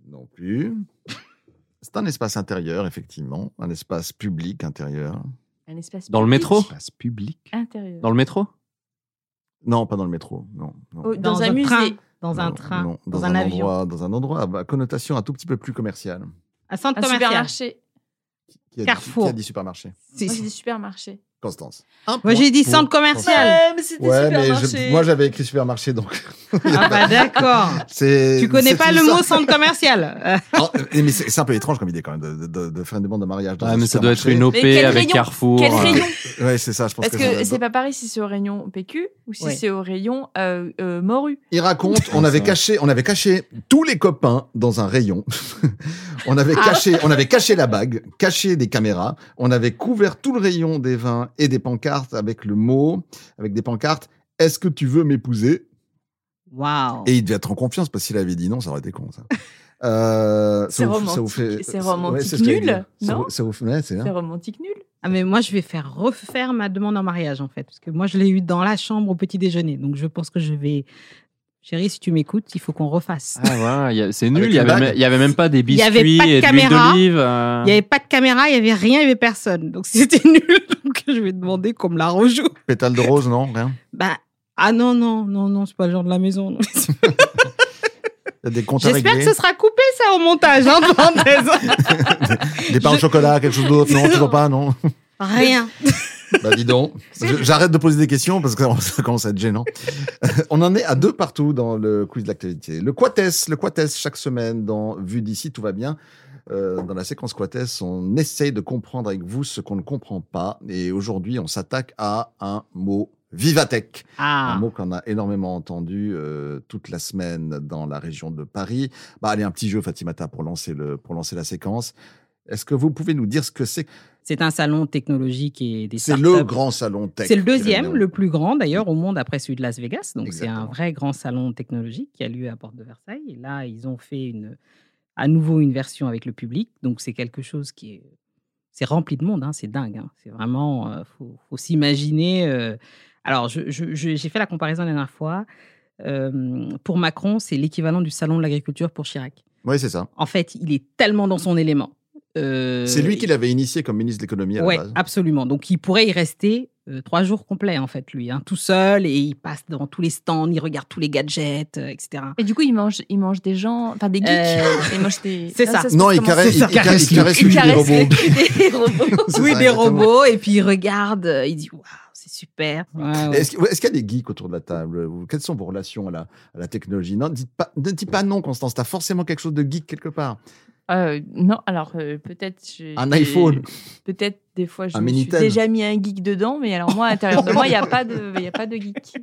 B: non plus. C'est un espace intérieur, effectivement. Un espace public intérieur.
I: Un espace
G: Dans le
I: public
G: métro
C: Espace public.
I: Intérieur.
G: Dans le métro
B: Non, pas dans le métro. Non. non.
I: Au- Oh, Dans, un, musée.
D: train. Dans un
B: Non,
D: train.
B: non,
D: dans, un, avion.
B: Endroit, dans un endroit à connotation un tout petit peu plus commerciale.
D: À sainte
I: Un
D: thomas
I: supermarché.
B: Qui a,
D: Carrefour.
B: Dit, qui a dit supermarché
I: Moi, j'ai dit supermarché.
B: Constance.
D: Moi, j'ai dit
B: Pour
D: centre commercial.
I: Ouais, mais c'était
B: Ouais, mais je-
I: supermarché.
B: moi j'avais écrit supermarché donc.
D: Ah bah d'accord.
B: C'est-
D: Tu connais
B: c'est
D: pas
B: une
D: le mot
B: sorte-
D: centre commercial Euh,
B: Ah, mais c'est c'est un peu étrange comme idée quand même de, de- de faire une demande de mariage. Dans
G: Ah,
B: un
G: mais ça doit être
B: supermarché.
G: une OP
I: Mais quel
G: avec
I: rayon
G: Carrefour.
I: Quel
J: hein.
G: euh,
I: rayon
B: Ouais, c'est ça, je pense
I: Parce
B: que ça doit
I: que
B: être-
I: c'est pas pareil si c'est au rayon PQ ou si
D: Ouais.
I: c'est au rayon euh, euh, morue.
B: Il raconte, on
G: Ouais,
B: avait
G: ça.
B: caché, on avait caché tous les copains dans un rayon. on avait caché, on avait caché la bague, caché des caméras. On avait couvert tout le rayon des vins et des pancartes avec le mot, avec des pancartes. Est-ce que tu veux m'épouser
D: Waouh.
B: Et il devait être en confiance parce qu'il avait dit non, ça aurait été con ça. Euh,
I: C'est
B: vous-
I: romantique.
B: vous fait-
I: C'est romantique
B: c'est ce que j'allais
I: nul,
B: dire. Ça
I: non
B: vous- ça vous fait- ouais, c'est bien.
I: C'est romantique nul.
D: Ah, mais moi, je vais faire refaire ma demande en mariage, en fait. Parce que moi, je l'ai eu dans la chambre au petit déjeuner. Donc, je pense que je vais. Chérie, si tu m'écoutes, il faut qu'on refasse.
G: Ah voilà, il y a- c'est nul.
B: Avec
G: Il y
B: le
G: avait,
B: bac.
G: même- il y avait même pas des
D: y
G: biscuits
D: avait pas de
G: et de l'huile
D: caméra.
G: d'olive. euh.
B: Hein.
D: Il n'y avait pas de caméra, il n'y avait rien, il n'y avait personne. Donc, c'était nul. Donc, je vais demander qu'on me la rejoue.
B: Pétale de rose, non Rien.
D: Bah, ah non, non, non, non, c'est pas le genre de la maison. non.
B: Il y a des comptes à
D: J'espère que
B: régler.
D: ce sera coupé, ça, au montage. hein, parenthèse.
B: Des pains au chocolat, quelque chose d'autre Non, toujours pas, non
D: rien.
B: Bah dis donc, Je- j'arrête de poser des questions parce que ça commence à être gênant. On en est à deux partout dans le quiz de l'actualité. Le Quates, le Quates chaque semaine dans Vue d'ici, tout va bien. Euh, dans la séquence Quates, on essaye de comprendre avec vous ce qu'on ne comprend pas. Et aujourd'hui, on s'attaque à un mot Vivatech. Un
D: Ah.
B: mot qu'on a énormément entendu euh, toute la semaine dans la région de Paris. Bah, allez, un petit jeu, Fatimata, pour lancer, le, pour lancer la séquence. Est-ce que vous pouvez nous dire ce que c'est
D: C'est un salon technologique et des
B: C'est
D: startups.
B: le grand salon tech.
D: C'est le
B: évidemment.
D: deuxième, le plus grand d'ailleurs au monde après celui de Las Vegas. Donc c'est un
B: Exactement.
D: vrai grand salon technologique qui a lieu à Porte de Versailles. Et là, ils ont fait une, à nouveau une version avec le public. Donc c'est quelque chose qui est... C'est rempli de monde, hein, c'est dingue. hein. C'est vraiment... euh, faut, faut s'imaginer... euh, Alors, je- je- je- j'ai fait la comparaison la dernière fois. Euh, pour Macron, c'est l'équivalent du salon de l'agriculture pour Chirac.
B: Oui, c'est ça.
D: En fait, il est tellement dans son élément. Euh,
B: C'est lui qui l'avait initié comme ministre de l'économie à
D: Ouais,
B: la
I: Ah,
B: base.
D: absolument. Donc, il pourrait y rester euh, trois jours complets, en fait, lui, hein, tout seul, et il passe dans tous les stands, il regarde tous les gadgets, euh, etc.
I: Et du coup, il mange, il mange des gens, enfin des geeks.
D: Euh,
I: Il mange des.
D: c'est
I: Ah,
D: ça.
I: se
B: Non,
I: passe
B: il
I: comment
B: caresse, il
C: ça
B: caresse, il caresse
I: Il
B: lui, les
I: caresse
B: robots.
I: le cul des robots.
B: C'est
D: oui,
B: ça,
D: des
B: exactement.
D: robots, et puis il regarde, euh, il dit Waouh, c'est super. Ouais, ouais.
B: Est-ce que- ouais, est-ce qu'il y a des geeks autour de la table Ou Quelles sont vos relations à la, à la technologie non, dites pas, Ne dis pas non, Constance. T'as forcément quelque chose de geek quelque part.
I: Euh, non, alors euh, peut-être. je-
B: Un
I: j'ai-
B: iPhone.
I: Peut-être des fois, je
B: Un
I: me suis
B: Minitel.
I: déjà mis un geek dedans, mais alors moi, à l'intérieur de moi, il n'y a, pas de- il y a pas de geek.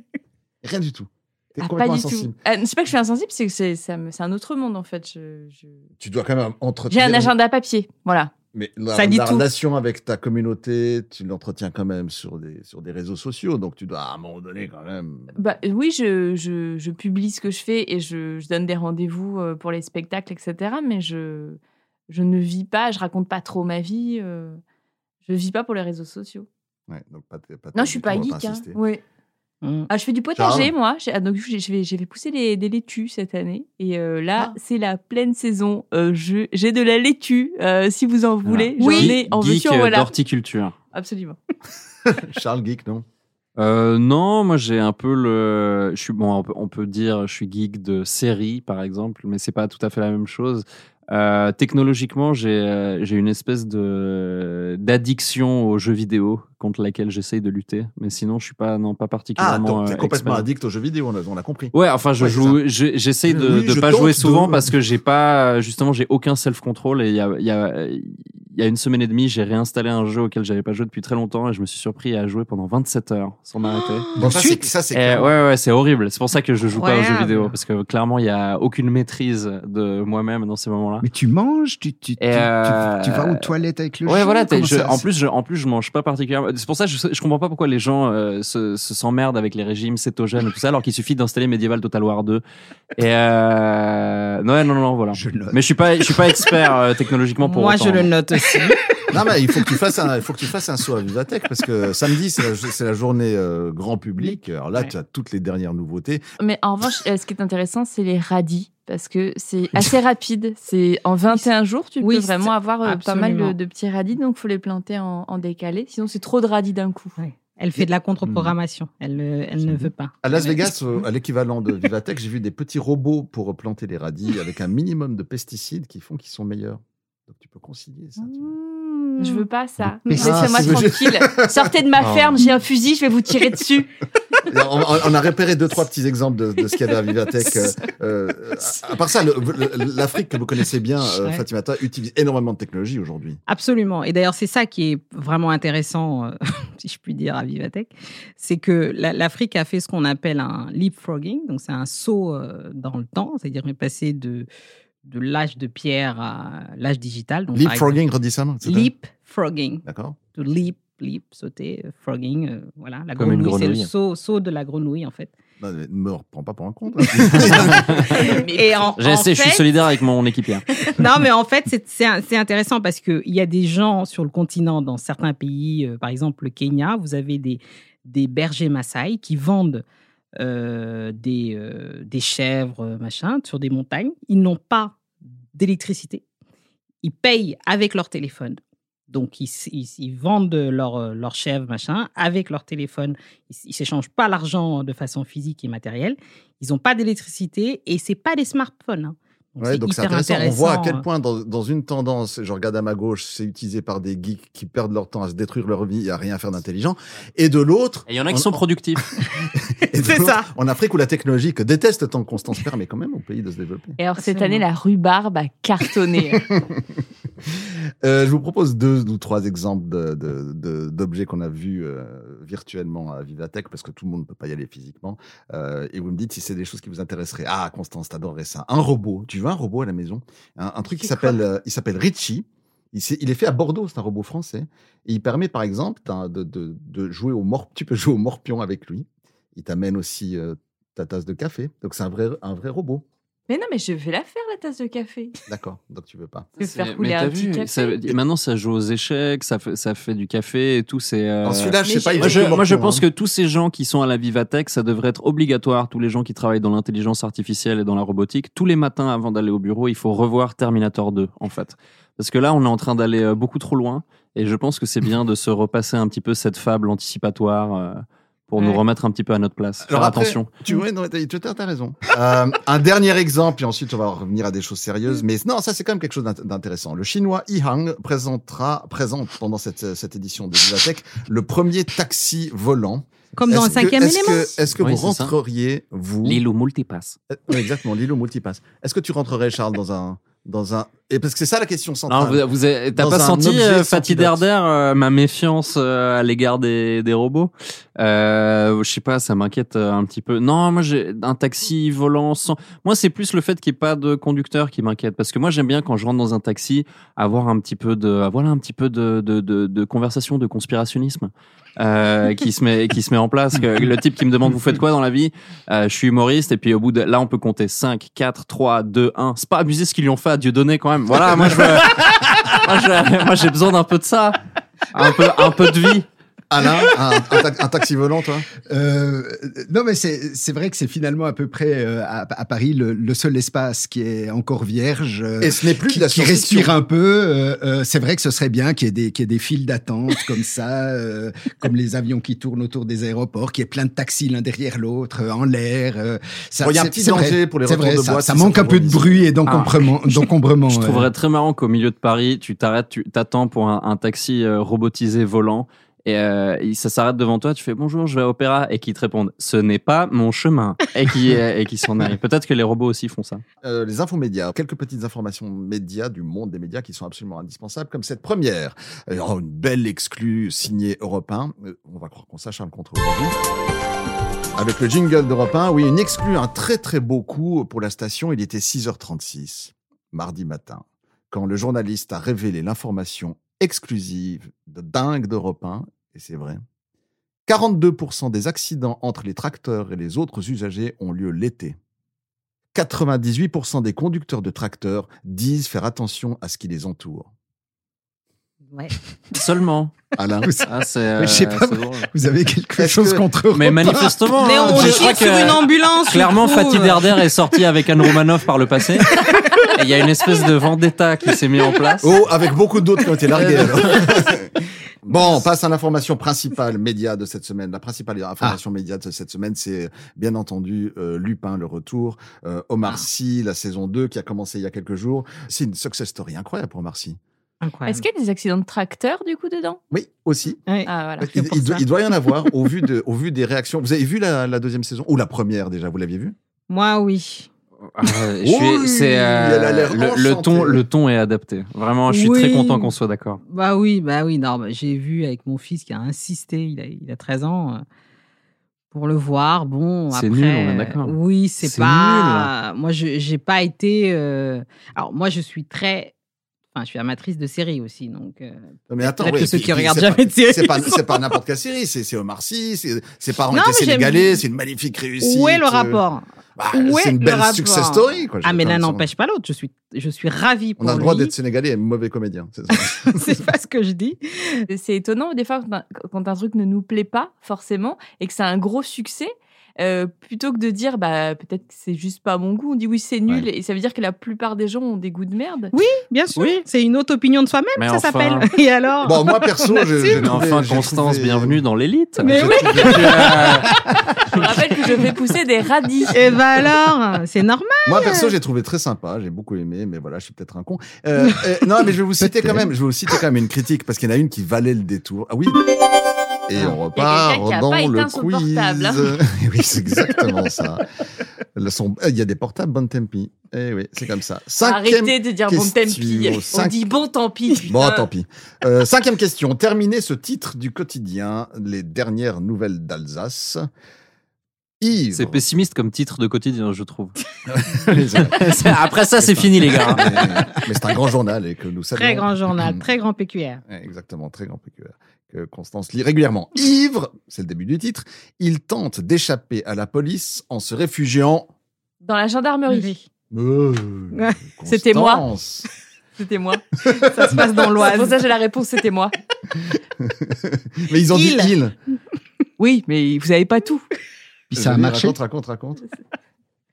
B: Rien du tout. T'es
I: Ah, pas
B: complètement
I: du
B: insensible.
I: tout. Ah, c'est pas que je suis insensible, c'est que c'est ça me- c'est un autre monde en fait. Je- je-
B: Tu dois quand même
I: J'ai
B: entretenir.
I: un agenda papier, voilà.
B: Mais la,
D: Ça dit
B: la
D: tout.
B: relation avec ta communauté, tu l'entretiens quand même sur des, sur des réseaux sociaux. Donc tu dois à un moment donné quand même.
I: Bah, euh, oui, je, je, je publie ce que je fais et je, je donne des rendez-vous euh, pour les spectacles, etc. Mais je, je ne vis pas, je raconte pas trop ma vie. euh, je vis pas pour les réseaux sociaux.
B: Ouais, donc pas, pas
I: Non,
B: du
I: je suis
B: tout,
I: pas
B: on va
I: geek. hein.
B: insister.
I: Ouais.
D: Mm.
I: Ah, je fais du potager,
B: Charles.
I: moi. J'ai- ah, donc, j'ai- je vais, je vais pousser les- des laitues cette année. Et euh, là, c'est la pleine saison. Euh, je- J'ai de la laitue, euh, si vous en voulez.
G: Voilà.
I: J'en
G: Geek-
I: ai en
G: Geek
I: voiture,
G: euh,
I: voilà.
G: d'horticulture.
I: Absolument.
B: Charles geek, non
G: Euh, non, moi j'ai un peu le. Je suis bon, on peut, on peut dire je suis geek de série par exemple, mais c'est pas tout à fait la même chose. Euh, technologiquement, j'ai euh, j'ai une espèce de d'addiction aux jeux vidéo contre laquelle j'essaye de lutter, mais sinon je suis pas non pas
B: Ah,
G: particulièrement.
B: donc t'es
G: euh,
B: complètement
G: expert.
B: addict aux jeux vidéo, on a, on a compris.
G: Ouais, enfin, je
B: Ouais, c'est
G: joue, je- j'essaie de,
B: Oui,
G: de
B: je
G: pas
B: tente
G: jouer
B: de-
G: souvent parce que j'ai pas, justement, j'ai aucun self-control et il y a, il y a- il y a une semaine et demie, j'ai réinstallé un jeu auquel j'avais pas joué depuis très longtemps et je me suis surpris à jouer pendant 27 heures sans m'arrêter.
B: Bon, ça, c'est- ça, c'est
G: Eh,
B: clair.
G: ouais, ouais, c'est horrible. C'est pour ça que je joue pas aux jeux
B: Incroyable.
G: vidéo parce que clairement, il y a aucune maîtrise de moi-même dans ces moments-là.
C: Mais tu manges, tu, tu, tu- tu-
G: euh,
C: tu vas aux toilettes avec le
G: ouais,
C: chat,
G: voilà. t'es-
C: comment
G: je-
C: ça
G: en plus, je, en plus, je mange pas particulièrement. C'est pour ça, que je, je comprends pas pourquoi les gens euh, se se s'emmerdent avec les régimes cétogènes et tout ça, alors qu'il suffit d'installer Medieval Total War 2. Et euh, non, non, non, voilà. Mais je suis pas, je suis pas expert euh, technologiquement pour autant.
D: aussi.
B: non, mais il faut que tu fasses un, il faut que tu fasses un saut à Vivatech parce que samedi, c'est la, c'est la journée euh, grand public. Alors là, tu as toutes les dernières nouveautés.
I: Mais en revanche, euh, ce qui est intéressant, c'est les radis. Parce que c'est assez rapide. C'est en 21 jours, tu
D: Oui,
I: peux vraiment avoir euh, pas mal de,
D: absolument.
I: de petits radis. Donc, faut les planter en, en décalé. Sinon, c'est trop de radis d'un coup.
D: Elle fait
B: Mm.
D: de la contre-programmation. Elle, euh, elle ne veut pas.
B: À Las Vegas, euh, à l'équivalent de Vivatech, j'ai vu des petits robots pour planter les radis avec un minimum de pesticides qui font qu'ils sont meilleurs. Donc tu peux concilier ça. tu vois.
I: Je veux pas ça.
B: Mais c'est-
I: Laissez-moi
B: Ah, c'est-
I: tranquille. Sortez de ma
G: Oh.
B: Non.
I: ferme, j'ai un fusil, je vais vous tirer dessus.
B: On, on- on a repéré deux, trois petits exemples de, de ce qu'il y avait à Vivatech. euh, euh, à, à part ça, le- le- l'Afrique que vous connaissez bien, euh,
D: Ouais.
B: Fatimata, utilise énormément de technologie aujourd'hui.
D: Absolument. Et d'ailleurs, c'est ça qui est vraiment intéressant, euh, si je puis dire, à Vivatech, c'est que la- l'Afrique a fait ce qu'on appelle un leapfrogging, donc c'est un saut euh, dans le temps, c'est-à-dire on est passé de, de l'âge de pierre à l'âge digital. Donc, par
B: Leapfrogging,
D: exemple-
B: redis ça. non, c'est ça
D: Leapfrogging.
B: D'accord.
D: To leap, leap, sauter, euh, frogging, euh, voilà. La
B: Comme une
D: grenouille, c'est le
B: grenouille.
D: saut, saut de la grenouille, en fait.
B: Non, mais Ne me reprends pas pour un hein. con.
D: Et en-
G: J'ai
D: en
G: essayé, je suis
D: fait-
G: solidaire avec mon équipière.
D: non, mais en fait, c'est- c'est un- c'est intéressant parce qu'il y a des gens sur le continent, dans certains pays, euh, par exemple le Kenya, vous avez des, des bergers Maasai qui vendent euh, des, euh, des chèvres, euh, machin, sur des montagnes. Ils n'ont pas d'électricité. Ils payent avec leur téléphone. Donc, ils, s- ils s- ils vendent leur, euh, leur chèvre, machin, avec leur téléphone. Ils ne s'échangent pas l'argent hein, de façon physique et matérielle. Ils n'ont pas d'électricité et c'est pas des smartphones. hein.
B: Ouais, donc c'est
D: hyper
B: intéressant. On voit à quel
D: intéressant. hein.
B: point dans, dans une tendance, je regarde à ma gauche, c'est utilisé par des geeks qui perdent leur temps à se détruire leur vie et à rien faire d'intelligent, et de l'autre,
G: Et il y en a qui sont productifs.
B: c'est ça. En Afrique où la technologie que déteste tant Constance permet quand même au pays de se développer.
I: Et alors, cette année, la rhubarbe a cartonné.
B: Euh, je vous propose deux ou trois exemples de- de- de- d'objets qu'on a vus euh, virtuellement à Vivatech, parce que tout le monde ne peut pas y aller physiquement. Euh, et vous me dites si c'est des choses qui vous intéresseraient. Ah, Constance, t'adorerais ça. Un robot. Tu veux un robot à la maison un, un truc qui s'appelle euh, il s'appelle Richie. Il, s'est- il est fait à Bordeaux, c'est un robot français. Et il permet, par exemple, d'un- de, de- de jouer au morp. Tu peux jouer au morpion avec lui. Il t'amène aussi euh, ta tasse de café. Donc c'est un vrai, un vrai robot.
I: mais non, mais je vais la faire, la tasse de café.
B: D'accord. Donc tu veux pas.
I: Je vais faire couler
G: Mais
I: un
G: t'as
I: petit
G: vu,
I: café.
G: ça- et maintenant ça joue aux échecs, ça fait, ça fait du café et tout. C'est. euh,
B: Alors, celui-là, je sais Mais pas, il
G: Moi,
B: joue
G: je,
B: au
G: moi, je
B: morpion,
G: pense
B: hein.
G: que tous ces gens qui sont à la Vivatech, ça devrait être obligatoire. Tous les gens qui travaillent dans l'intelligence artificielle et dans la robotique, tous les matins avant d'aller au bureau, il faut revoir Terminator 2, en fait. Parce que là, on est en train d'aller euh, beaucoup trop loin. Et je pense que c'est bien de se repasser un petit peu cette fable anticipatoire euh, pour nous
B: Ouais.
G: remettre un petit peu à notre place. Faire
B: après,
G: attention.
B: Tu vois, non, t'as, t'as- t'as raison. Euh, un dernier exemple, et ensuite on va revenir à des choses sérieuses. Mais non, ça c'est quand même quelque chose d'int- d'intéressant. Le chinois Yihang présentera, présente pendant cette, cette édition de Vivatech le premier taxi volant.
D: Comme dans
B: Est-ce
D: le cinquième
B: que, est-ce
D: élément.
B: que- Est-ce que
G: Oui,
B: vous
G: c'est ça.
B: rentreriez, vous
G: L'île au multipass.
B: Euh, oui, Exactement, l'île au multipass. Est-ce que tu rentrerais, Charles, dans un. Dans un... Et parce que c'est ça la question
G: Non,
B: centrale.
G: vous, vous avez- t'as
B: Dans
G: pas
B: un
G: senti
B: objet
G: euh,
B: sans
G: Fatih
B: pilote.
G: Derder, euh, ma méfiance euh, à l'égard des, des robots euh, Je sais pas, ça m'inquiète euh, un petit peu. Non, moi j'ai un taxi volant sans. Moi, c'est plus le fait qu'il n'y ait pas de conducteur qui m'inquiète, parce que moi j'aime bien quand je rentre dans un taxi avoir un petit peu de, ah, voilà, un petit peu de, de, de, de conversation, de conspirationnisme. euh, qui se met qui se met en place que le type qui me demande vous faites quoi dans la vie Euh, je suis humoriste et puis au bout de là on peut compter 5 4 3 2 1 c'est pas abusé ce qu'ils lui ont fait à Dieu donné quand même voilà moi je veux moi, je- moi, j'ai besoin d'un peu de ça. Un peu, un peu de vie.
B: Alain, un, un ta- un taxi volant, toi
C: Euh, non, mais c'est c'est vrai que c'est finalement à peu près euh, à, à Paris le, le seul espace qui est encore vierge. euh,
B: Et ce n'est plus
C: qui,
B: de la
C: qui
B: science-fiction.
C: respire un peu. euh, euh, c'est vrai que ce serait bien qu'il y ait des, qu'il y ait des files d'attente comme ça, euh, comme les avions qui tournent autour des aéroports, qu'il y ait plein de taxis l'un derrière l'autre, euh, en l'air. euh, ça-
B: Bon, il y a un
C: c'est-
B: petit
C: c'est vrai,
B: danger pour les
C: c'est
B: retours
C: vrai,
B: de
C: ça-
B: boîte,
C: Ça,
B: si ça
C: manque un peu de
B: favorise.
C: bruit et d'encombrement.
G: Ah, je-
C: d'encombrement,
G: Je
C: ouais.
G: trouverais très marrant qu'au milieu de Paris, tu t'arrêtes, tu t'attends pour un, un taxi euh, robotisé volant. et euh, il- ça s'arrête devant toi, tu fais bonjour, je vais à Opéra, et qu'ils te répondent ce n'est pas mon chemin, et qui euh, et qui s'en aillent. Peut-être que les robots aussi font ça.
B: Euh, les infos médias, quelques petites informations médias du monde des médias qui sont absolument indispensables, comme cette première. Euh, oh, une belle exclue signée Europe 1. Euh, on va croire qu'on sache un contre aujourd'hui. Avec le jingle d'Europe 1, oui, une exclue, un très très beau coup pour la station. Il était 6h36, mardi matin, quand le journaliste a révélé l'information exclusive de dingue d'Europe 1, et c'est vrai. 42% des accidents entre les tracteurs et les autres usagers ont lieu l'été. 98% des conducteurs de tracteurs disent faire attention à ce qui les entoure.
D: Ouais.
G: Seulement.
B: Alain,
G: Ah, c'est, euh,
C: Mais je sais pas,
G: c'est drôle.
C: vous avez quelque
B: Est-ce
C: chose
B: que-
C: contre
G: Mais
C: Europe un
G: manifestement,
D: Mais
G: hein,
D: on
G: je
D: tire
G: crois
D: sur
G: que-
D: une ambulance. je
G: Clairement,
D: trouve.
G: Fatih Derder est sorti avec Anne Romanoff par le passé. Et Il y a une espèce de vendetta qui s'est mis en place.
B: Oh, avec beaucoup d'autres qui ont été largués. alors. bon, on passe à l'information principale média de cette semaine. La principale information média de cette semaine, c'est bien entendu euh, Lupin, le retour, euh, Omar Sy, la saison 2 qui a commencé il y a quelques jours. C'est une success story incroyable pour Omar Sy.
D: Incroyable.
I: Est-ce qu'il y a des accidents de tracteur du coup dedans
B: Oui, aussi.
D: Ouais.
I: Ah voilà.
B: Il,
D: que euh, pour
B: il doit,
D: ça.
B: il doit y en avoir au vu, de, au vu des réactions. Vous avez vu la, la deuxième saison Ou la première déjà, vous l'aviez vu
D: Moi, oui.
G: Ah, je suis-
C: Oh,
B: Oui,
G: c'est, euh,
B: elle a l'air
G: le, le ton,
B: enchantée.
G: le ton est adapté. Vraiment, je suis
D: Oui.
G: très content qu'on soit d'accord.
D: Bah oui, bah oui, non, bah j'ai vu avec mon fils qui a insisté, il a, il a 13 ans, euh, pour le voir. Bon,
G: C'est
D: après,
G: nul, on est d'accord.
D: euh, Oui, c'est
G: C'est
D: pas. Moi, je j'ai pas été. euh, Alors, moi, je suis très. Enfin, je suis amatrice de séries aussi, donc. euh,
B: Non, mais attends,
D: Peut-être
B: ouais,
D: que ceux
B: puis-
D: qui
B: puis
D: regardent
B: c'est pas-
D: jamais de séries
B: C'est pas,
D: sont-
B: c'est pas n'importe quelle série, c'est c'est Omar Sy, c'est- ses parents
D: Non,
B: étaient
D: mais j'aime-
B: sénégalais, c'est une magnifique réussite.
D: où est le
B: euh,
D: rapport
B: bah,
D: où
B: C'est
D: est
B: une
D: le
B: belle
D: rapport
B: success story. Quoi,
D: Ah, mais
B: J'ai
D: l'un
B: pas
D: n'empêche pas l'autre. Je suis, je suis ravie
B: l'impression-
D: pour
B: On a le droit
D: lui.
B: d'être sénégalais et mauvais comédien. c'est ça.
D: c'est pas ce que je dis.
I: C'est- C'est étonnant des fois quand un- quand un truc ne nous plaît pas forcément et que c'est un gros succès. euh, plutôt que de dire bah peut-être que c'est juste pas à mon goût, on dit oui c'est nul et ça veut dire que la plupart des gens ont des goûts de merde.
D: Oui, bien sûr.
G: Oui.
D: C'est une haute opinion de soi-même,
G: Mais
D: ça
G: enfin.
D: s'appelle. Et alors
B: Bon, moi perso, je- j'ai
G: Mais
B: trouvé-
G: enfin,
B: j'ai
G: Constance,
B: trouvé-
G: bienvenue dans l'élite. Euh,
D: Mais
G: Je-
D: oui.
G: je- je-
I: Je rappelle que je fais pousser des radis.
D: Et bah alors, c'est normal.
B: Moi perso, j'ai trouvé très sympa, j'ai beaucoup aimé, mais voilà, je suis peut-être un con. Euh, euh, non, mais je vais vous citer quand même, je vais vous citer quand même une critique parce qu'il y en a une qui valait le détour. Ah oui. Et on
I: Il y a
B: repart
I: quelqu'un qui a
B: dans
I: pas
B: le
I: éteint son portable, hein.
B: quiz. oui, c'est exactement ça. Le son- eh, Il y a des portables, bonne tempi. Eh oui, c'est comme ça. Cinquième
I: Arrêtez de dire bon
B: question,
I: tempi. On
B: cinq-
I: dit bon tant pis.
B: Bon,
I: putain.
B: tant pis. Euh, cinquième question. Terminer ce titre du quotidien, les dernières nouvelles d'Alsace. Yves.
G: C'est pessimiste comme titre de quotidien, je trouve.
B: Mais-
G: C'est- Après ça, c'est fini, les gars.
B: Mais c'est un grand journal et que nous savons.
D: Très grand journal, très grand PQR.
B: Ouais, Exactement, très grand PQR. Que Constance lit régulièrement. Ivre, c'est le début du titre, il tente d'échapper à la police en se réfugiant.
I: Dans la gendarmerie.
B: Euh,
I: C'était moi.
B: Constance.
I: C'était moi.
D: Ça se passe dans
I: C'est pour ça
D: l'Oise.
I: que j'ai la réponse, c'était moi.
B: Mais ils ont dit
D: Il.
B: il.
I: Oui, mais vous avez pas tout.
C: Puis ça a
B: Vas-y,
C: marché.
B: Raconte, raconte, raconte.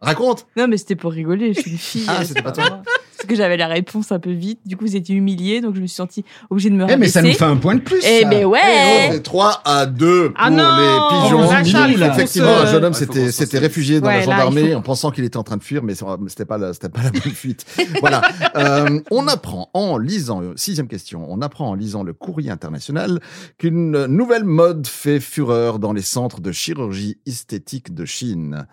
B: Raconte
I: Non, mais c'était pour rigoler, je suis une fille.
B: Ah,
I: euh,
B: c'était
I: c'est
B: pas
I: moi. Parce que j'avais la réponse un peu vite, du coup, vous étiez humiliée, donc je me suis sentie obligée de me
C: Eh, mais ça nous
I: rabaisser.
C: fait un point de plus.
I: Eh,
C: ça.
I: mais ouais!
B: 3 à 2 pour
D: Ah non,
B: les pigeons.
C: Rachel, il faut qu'on
B: Effectivement,
D: se-
B: un jeune homme
G: Il faut qu'on
B: s'était
G: se
B: s'était
G: socialise.
B: réfugié dans
D: Ouais,
B: la
D: là,
B: gendarmerie
D: il faut-
B: en pensant qu'il était en train de fuir, mais c'était pas la, c'était pas la bonne fuite. voilà. Euh, on apprend en lisant euh, sixième question. On apprend en lisant le courrier international qu'une nouvelle mode fait fureur dans les centres de chirurgie esthétique de Chine.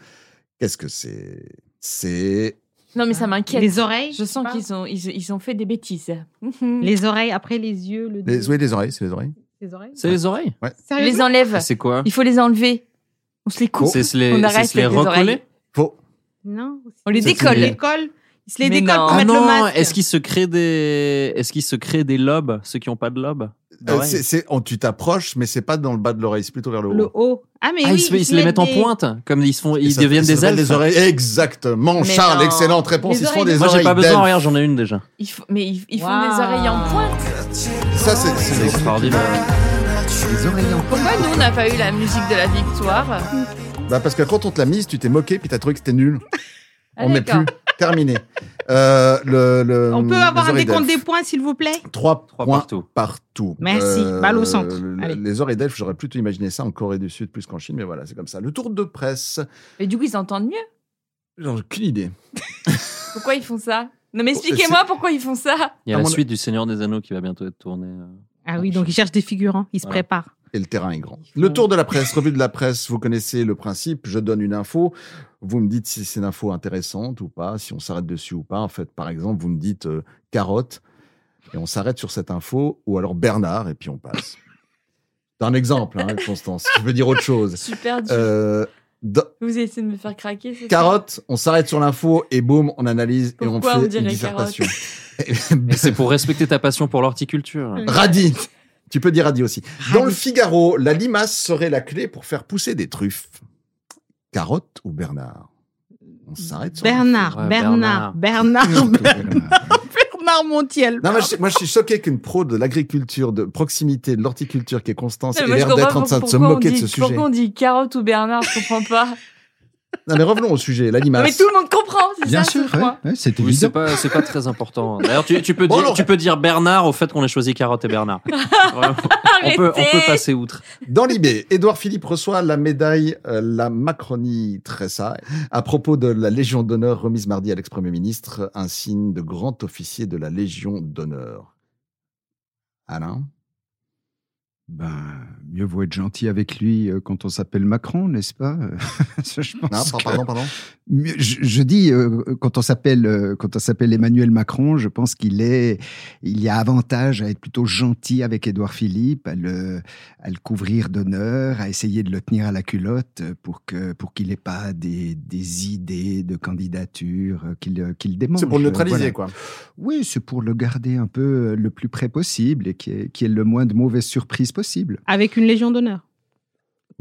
B: Qu'est-ce que c'est C'est
I: Non, mais ça m'inquiète.
D: Les oreilles
I: Je sens
D: pas
I: qu'ils ont, ils, ils ont fait des bêtises. Les,
D: Les oreilles, après les yeux, le
B: les,
D: dos,
B: oui, les oreilles, c'est les oreilles.
D: les oreilles.
G: C'est les oreilles.
D: Sérieusement
I: enlève.
G: C'est quoi
I: Il faut les enlever. On se les coupe.
G: C'est se les,
I: Oh. On
G: c'est
I: arrête
G: se les
I: avec les
G: recoller
I: oreilles.
B: Faux.
D: Non.
I: On les
D: Ils se
I: décolle.
D: les décolle. Ils se les
I: Mais
D: décollent
I: non.
D: pour
I: Ah
D: mettre le
G: non,
D: masque.
G: est-ce qu'il se crée des, est-ce qu'il se crée des lobes, ceux qui n'ont pas de lobes
B: Euh,
G: Oreilles.
B: c'est- c'est- on- tu t'approches, mais c'est pas dans le bas de l'oreille, c'est plutôt vers le haut.
D: Le haut. Ah, mais
G: Ah,
D: oui,
G: ils se, ils se les
D: mettent
G: mettent en
D: des-
G: pointe, comme ils se font,
B: Et
G: ils
B: ça-
G: deviennent
B: ça
G: des
B: s'appelle
G: elfes.
B: Les oreilles. Exactement,
I: Mais
B: Charles,
I: non.
B: excellente réponse.
I: Les
B: ils se font
I: oreilles
B: des
G: Moi, j'ai
B: oreilles
G: pas besoin,
B: d'elfes.
G: regarde, j'en ai une déjà.
I: Il faut- mais ils, ils font
D: Waouh.
I: des oreilles en pointe.
B: Ça, c'est-
G: C'est
B: c'est
G: extraordinaire.
C: Les oreilles en
I: Pourquoi nous, on n'a pas eu la musique de la victoire
B: Bah parce que quand on te l'a mise, tu t'es moqué, puis t'as trouvé que c'était nul.
I: Ah,
B: on met
I: d'accord.
B: plus. Terminé. Euh, le, le-
D: On peut
B: les
D: avoir un
B: oreilles
D: décompte
B: d'elfes.
D: des points, s'il vous plaît
B: Trois
G: Trois
B: points
G: partout.
B: partout. Euh,
D: Merci. Balle au centre.
B: le-
D: Allez.
B: Les oreilles d'elfes, j'aurais plutôt imaginé ça en Corée du Sud plus qu'en Chine, mais voilà, c'est comme ça. Le tour de presse,
I: Et du coup, ils entendent mieux.
B: j'en ai aucune idée.
I: Pourquoi ils font ça Non, mais expliquez-moi pourquoi ils font ça.
G: Il y a
B: À
G: la
B: mon-
G: suite du Seigneur des Anneaux qui va bientôt être tournée. euh.
D: Ah oui, donc ils cherchent des figurants. Ils se
G: Voilà.
D: préparent.
B: et le terrain est grand. Le tour de la presse, revue de la presse, vous connaissez le principe, je donne une info, vous me dites si c'est une info intéressante ou pas, si on s'arrête dessus ou pas. En fait, par exemple, vous me dites euh, carotte et on s'arrête sur cette info ou alors Bernard et puis on passe. C'est un exemple, hein, Constance, je veux dire autre chose.
I: Super dur.
B: Euh, dans-
I: Vous essayez de me faire craquer. c'est ça
B: carotte, on s'arrête sur l'info et boum, on analyse et on
I: Pourquoi on
B: fait une
I: dirait carotte
B: dissertation.
G: Mais c'est pour respecter ta passion pour l'horticulture.
B: Radis. Tu peux dire radis aussi. Dans le Figaro, la limace serait la clé pour faire pousser des truffes. Carotte ou Bernard On s'arrête sur
D: Bernard,
G: Ouais,
D: Bernard,
G: Bernard.
D: Bernard,
B: l'info.
D: Bernard Montiel.
B: Non, moi je, suis- moi, je suis choqué qu'une pro de l'agriculture de proximité, de l'horticulture qui est Constance
I: Non,
B: ait
I: mais moi, je
B: l'air
I: comprends
B: d'être en
I: pas
B: train de se
I: pourquoi on
B: moquer de
I: dit-
B: ce sujet.
I: Pourquoi on dit carotte ou Bernard Je comprends pas.
B: Non, mais revenons au sujet, la
I: Non, mais
B: limace.
I: tout le monde comprend, c'est
C: Bien
I: ça,
C: sûr,
I: je
C: ouais,
I: crois.
C: ouais, c'est
G: Oui,
C: évident.
G: c'est pas, c'est pas très important. D'ailleurs, tu, tu peux
B: Bon,
G: dire,
B: alors-
G: tu peux dire Bernard au fait qu'on ait choisi Carotte et Bernard. Vraiment, on, peut, on peut
I: Arrêtez
G: passer outre.
B: Dans l'IB, Édouard Philippe reçoit la médaille euh, La Macronie Tressaille à propos de la Légion d'honneur remise mardi à l'ex-premier ministre, un signe de grand officier de la Légion d'honneur. Alain
C: Ben, mieux vaut être gentil avec lui euh, quand on s'appelle Macron, n'est-ce pas Je pense
B: Non,
C: que-
B: pardon, pardon.
C: Mieux- Je, je dis euh, quand on s'appelle euh, quand on s'appelle Emmanuel Macron, je pense qu'il est il y a avantage à être plutôt gentil avec Édouard Philippe, à le à le couvrir d'honneur, à essayer de le tenir à la culotte euh, pour que pour qu'il n'ait pas des, des idées de candidature euh, qu'il euh, qu'il démange.
B: C'est pour le neutraliser,
C: Voilà.
B: quoi.
C: Oui, c'est pour le garder un peu euh, le plus près possible et qu'il y ait- qu'il y ait le moins de mauvaises surprises possible.
D: Avec une légion d'honneur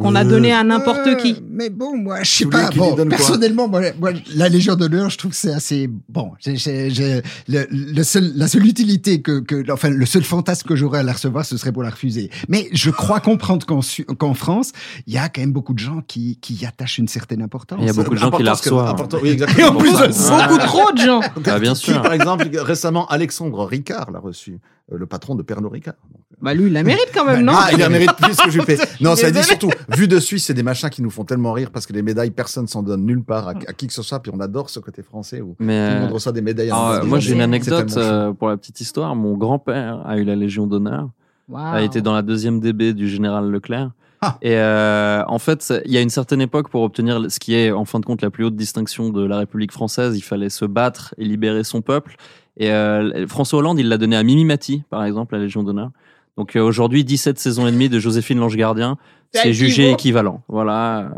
D: qu'on a donnée à n'importe
C: Ouais,
D: qui.
C: Euh, Mais bon, moi, je sais
B: Vous voulez
C: pas.
B: qu'il
C: bon,
B: lui donne quoi
C: personnellement, moi, moi, la Légion d'honneur, je trouve que c'est assez bon. J'ai- j'ai- j'ai- le, le seul, la seule utilité que, que, enfin, le seul fantasme que j'aurais à la recevoir, ce serait pour la refuser. Mais je crois comprendre qu'en Su- qu'en France, il y a quand même beaucoup de gens qui, qui y attachent une certaine importance.
G: Il y a beaucoup de gens qui la
B: Importance que-
G: reçoivent.
B: important- oui, exactement.
G: plus,
B: Pour ça.
G: beaucoup
D: Beaucoup trop de gens.
G: Ah, bien
B: Qui,
G: sûr.
B: par exemple, récemment, Alexandre Ricard l'a reçu, euh, le patron de Pernod Ricard.
D: Bah lui, il la mérite quand même, non
B: ah, il en mérite plus que Juppé. Non, ça dit
D: Désolée.
B: surtout, vu de Suisse, c'est des machins qui nous font tellement rire parce que les médailles, personne s'en donne nulle part à, à qui que ce soit, puis on adore ce côté français où
G: Mais
B: tout le
G: euh,
B: monde reçoit des médailles. à
G: alors,
B: l'envers
G: euh,
B: des
G: moi,
B: journées.
G: j'ai une
B: C'est
G: anecdote
B: tellement chou.
G: euh, pour la petite histoire. Mon grand-père a eu la Légion d'honneur.
D: Waouh.
J: Ah,
G: a été dans la deuxième DB du général Leclerc.
C: Ah.
G: Et euh, en fait, ça- il y a une certaine époque pour obtenir ce qui est en fin de compte la plus haute distinction de la République française. Il fallait se battre et libérer son peuple. Et euh, François Hollande, il l'a donné à Mimi Mati, par exemple, la Légion d'honneur. Donc euh, aujourd'hui, 17 saisons et demie de Joséphine Lange Gardien,
D: Ça
G: c'est jugé
D: équivaut.
G: équivalent. Voilà. euh,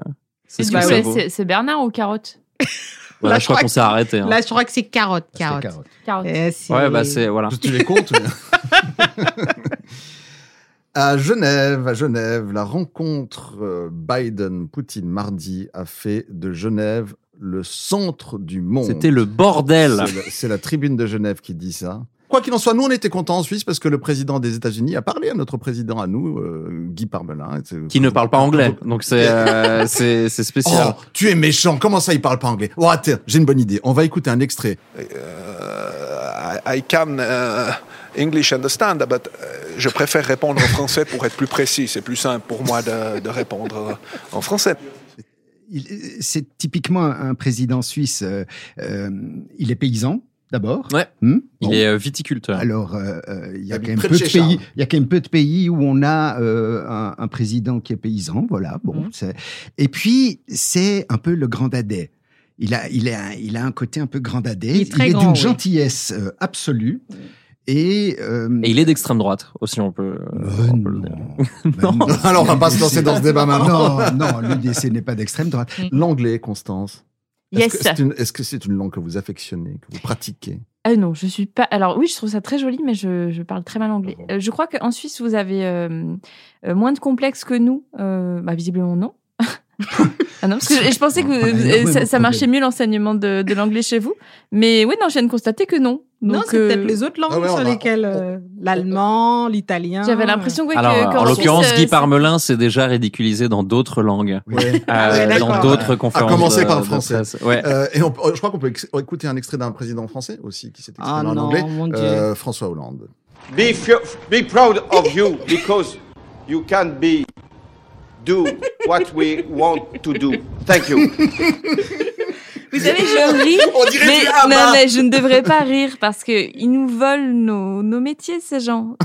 G: C'est
I: Et
G: ce
I: du
G: que
I: coup,
G: ça
I: là,
G: vaut.
I: Bah c'est- c'est Bernard ou carotte
G: Voilà,
D: Là,
G: je crois qu'on s'est arrêté. hein.
D: Là, je crois que c'est carotte,
B: Ah,
C: C'est
D: carotte.
C: carotte.
I: Carotte.
D: Eh, c'est-
G: Ouais, bah c'est voilà.
B: Tu les comptes mais- À Genève, à Genève, la rencontre euh, Biden-Poutine mardi a fait de Genève le centre du monde.
G: C'était le bordel.
B: C'est la- C'est la tribune de Genève qui dit ça. Quoi qu'il en soit, nous, on était contents en Suisse parce que le président des États-Unis a parlé à notre président, à nous, euh, Guy Parmelin. C'est-
G: Qui ne parle pas anglais. Donc c'est euh, c'est c'est spécial.
B: Oh, tu es méchant. Comment ça, il parle pas anglais Oh, attends, j'ai une bonne idée. On va écouter un extrait.
K: Euh, I, I can euh, English understand, but euh, je préfère répondre en français pour être plus précis. C'est plus simple pour moi de, de répondre en français.
C: Il- euh, c'est typiquement un, un président suisse. euh, euh, il est paysan, d'abord.
G: Ouais.
C: Hmm Bon.
G: Il est euh,
D: Ah.
G: viticulteur.
C: Alors, euh, euh, il y a
B: Habite
C: quand même
B: près
C: peu
B: de
C: de
B: chez Charles.
C: pays. Il y a quand même peu de pays où on a euh, un, un président qui est paysan. Voilà.
D: Mhm.
C: Bon. c'est- Et puis c'est un peu le grand adet. Il a, il a, il a un côté un peu grand adet.
D: Il est très grand,
C: d'une
D: oui.
C: gentillesse euh, absolue. Et, euh,
G: Et il est d'extrême droite aussi, on peut,
C: euh,
B: Oh,
C: Ben
G: on peut le dire.
C: non.
G: Non.
B: Alors, on va pas se lancer dans ce débat maintenant.
C: Non, non, l'UDC n'est pas d'extrême droite.
B: L'anglais, Constance. Est-ce
I: Yes.
B: que c'est une, est-ce que c'est une langue que vous affectionnez, que vous pratiquez
I: Euh, non, je suis pas. Alors oui, je trouve ça très joli, mais je, je parle très mal anglais.
B: Ah
I: Euh, je crois qu'en Suisse, vous avez euh, euh, moins de complexes que nous. Euh, bah, visiblement, non. ah non, parce que je, je pensais que
C: On a
I: vous-
C: énormément
I: ça,
C: de
I: ça marchait mieux l'enseignement de, de l'anglais chez vous. Mais oui, non, je viens de constater que non.
D: Non,
I: Donc,
D: c'est
I: euh,
D: peut-être les autres langues
B: Ah ouais, on
D: sur
B: a-
D: lesquelles euh, l'allemand, l'italien.
I: J'avais l'impression ouais, que-
G: Alors,
I: qu'en
G: en
I: Suisse,
G: l'occurrence,
I: euh,
G: Guy
I: c'est-
G: Parmelin s'est déjà ridiculisé dans d'autres langues,
B: Ouais.
D: Ah ouais,
G: euh,
D: d'accord.
G: dans d'autres conférences.
B: commencer
G: de-
B: par le
G: de
B: français.
G: presse. Ouais.
B: Euh, et on- je crois qu'on peut ex- écouter un extrait d'un président français aussi qui s'est exprimé
D: Ah
B: en
D: non,
B: anglais,
D: mon Dieu.
B: euh, François Hollande.
F: Be, fu- be proud of you because you can be do what we want to do. Thank you.
I: Vous savez, je ris.
H: On dirait
I: mais,
H: du Abba.
I: Non, mais je ne devrais pas rire parce que ils nous volent nos, nos métiers, ces gens.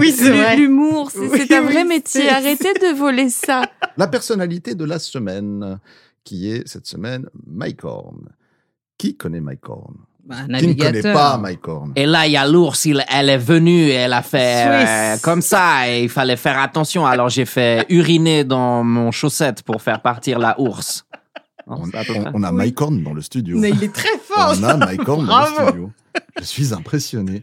B: Oui, c'est
I: L-
B: vrai.
I: L'humour, c'est
B: Oui,
I: c'est un
B: oui,
I: vrai métier.
B: c'est-
I: Arrêtez de voler ça.
B: La personnalité de la semaine, qui est cette semaine Mike Horn. Qui connaît Mike Horn Qui ne connaît pas Mike Horn
J: Et là, il y a l'ours, il- elle est venue, elle a fait euh,
B: Suisse.
J: comme ça, et il fallait faire attention. Alors j'ai fait uriner dans mon chaussette pour faire partir la ours.
B: On, on- on a Mike Horn dans le studio.
J: Mais il est
B: très
J: fort,
B: On
J: ça.
B: a Mike Horn dans le
J: Bravo.
B: studio. Je suis impressionné.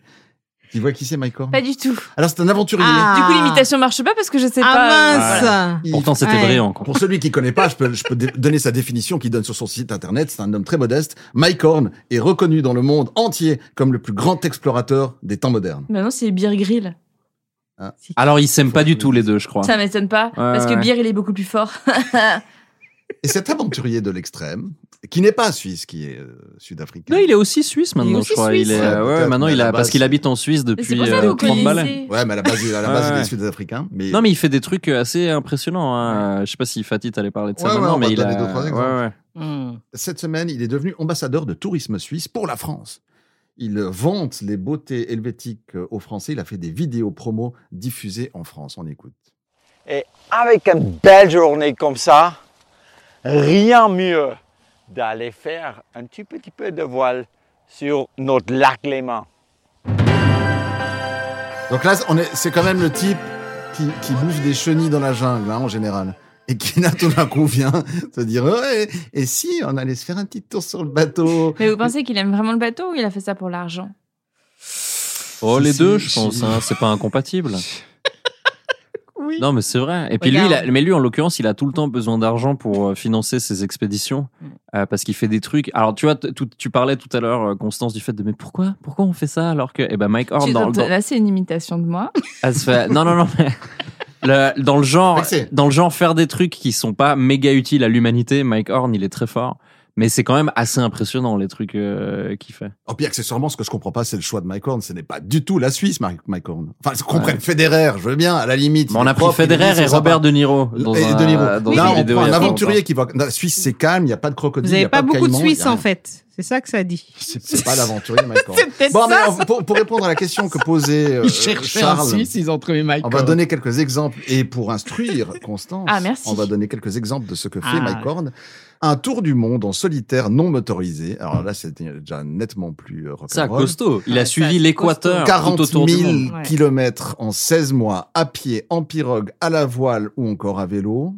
B: Tu vois qui c'est Mike Horn
I: Pas du tout.
B: Alors c'est un aventurier.
I: Ah, Du coup, l'imitation marche pas parce que je sais
D: Ah,
I: pas.
D: mince.
I: Voilà.
B: Pourtant,
I: c'était Ouais. brillant, quoi.
B: Pour celui qui connaît pas, je peux, je peux dé- donner sa définition qui donne sur son site internet. C'est un homme très modeste. Mike Horn est reconnu dans le monde entier comme le plus grand explorateur des temps modernes.
I: Maintenant, c'est Beer Grill.
G: Alors, ils s'aiment pas du tout, les deux, je crois.
I: Ça m'étonne pas parce que
B: ouais.
I: Beer, il est beaucoup plus fort.
B: Et cet aventurier de l'extrême, qui n'est pas suisse, qui est euh, sud-africain.
G: Non, il est aussi suisse maintenant, je crois. Il est, euh,
B: Ouais,
G: ouais,
B: peut-être,
G: maintenant,
B: mais à
G: il
B: la
G: a, parce
B: base,
G: qu'il habite en Suisse depuis
B: pour ça
G: euh,
B: que vous
G: 30
B: connaissez.
G: balais.
B: Ouais, mais à la base, il- à la base, il est
G: Ouais.
B: sud-africain, mais-
G: Non, mais il fait des trucs euh, assez impressionnants. hein. Je sais pas si Fatit allait parler de ça
B: Ouais, ouais,
G: maintenant,
B: on va
G: mais il
B: donner
G: a.
B: deux, trois exemples.
G: ouais, ouais.
B: Cette semaine, il est devenu ambassadeur de tourisme suisse pour la France. Il vante les beautés helvétiques euh, aux Français. Il a fait des vidéos promos diffusées en France. On écoute.
L: Et avec une belle journée comme ça, rien mieux d'aller faire un tout petit peu de voile sur notre lac Léman.
B: Donc là, on est- c'est quand même le type qui, qui bouffe des chenilles dans la jungle, hein, en général. Et qui, là, tout d'un coup, vient se dire Ouais, Et si on allait se faire un petit tour sur le bateau
I: Mais vous pensez qu'il aime vraiment le bateau ou il a fait ça pour l'argent
G: Oh,
B: Si,
G: les
B: si,
G: deux,
B: si.
G: je pense. hein. C'est pas incompatible.
I: Oui.
G: Non, mais c'est vrai. Et puis lui,
I: Regarde.
G: il a- mais lui, en l'occurrence, il a tout le temps besoin d'argent pour euh, financer ses expéditions euh, parce qu'il fait des trucs. Alors, tu vois, t- tout- tu parlais tout à l'heure, euh, Constance, du fait de mais pourquoi, pourquoi on fait ça alors que, eh ben, Mike Horn
I: Tu-
G: dans, dans-
I: Là, c'est une imitation de moi.
G: elle se fait- non, non, non. mais le- dans le genre,
I: Vexé.
G: dans le genre, faire des trucs qui sont pas méga utiles à l'humanité. Mike Horn, il est très fort, mais c'est quand même assez impressionnant les trucs euh, qu'il fait.
B: Oh, puis accessoirement, ce que je comprends pas, c'est le choix de Mike Horn. Ce n'est pas du tout la Suisse, Mike Mike Horn. Enfin, je comprends
G: Ouais.
B: Federer, je veux bien, à la limite.
G: Mais on a pris Federer et Robert De Niro dans
B: et
G: un-
B: De Niro.
G: dans
B: Là,
G: une
B: on
G: vidéo
B: prend
G: il
B: un
G: y a pas
B: aventurier
G: longtemps.
B: qui va. non, La Suisse, c'est calme, il n'y a pas de crocodile.
D: Vous
B: il y
D: n'avez
B: a
D: pas, beaucoup de
B: caïman, il y a
D: Suisses, en
B: rien.
D: fait. C'est ça que ça dit.
B: C'est pas l'aventurier, Mike Horn.
D: C'est peut-être
B: Bon, mais
D: ça,
B: on- pour, pour répondre à la question que posait euh,
D: Ils cherchaient un
B: Charles,
D: Suisse, ils ont trouvé Mike
B: on va
D: Horn.
B: donner quelques exemples. Et pour instruire Constance,
D: Ah, merci.
B: on va donner quelques exemples de ce que fait
D: Ah,
B: Mike Horn. Un tour du monde en solitaire non motorisé. Alors là, c'était déjà nettement plus euh,
G: Ça,
B: rock'n'roll.
G: costaud. Il a Ouais, suivi ça, l'Équateur costaud.
B: 40
G: tout
B: 000
G: autour du monde. Ouais.
B: kilomètres en 16 mois, à pied, en pirogue, à la voile ou encore à vélo.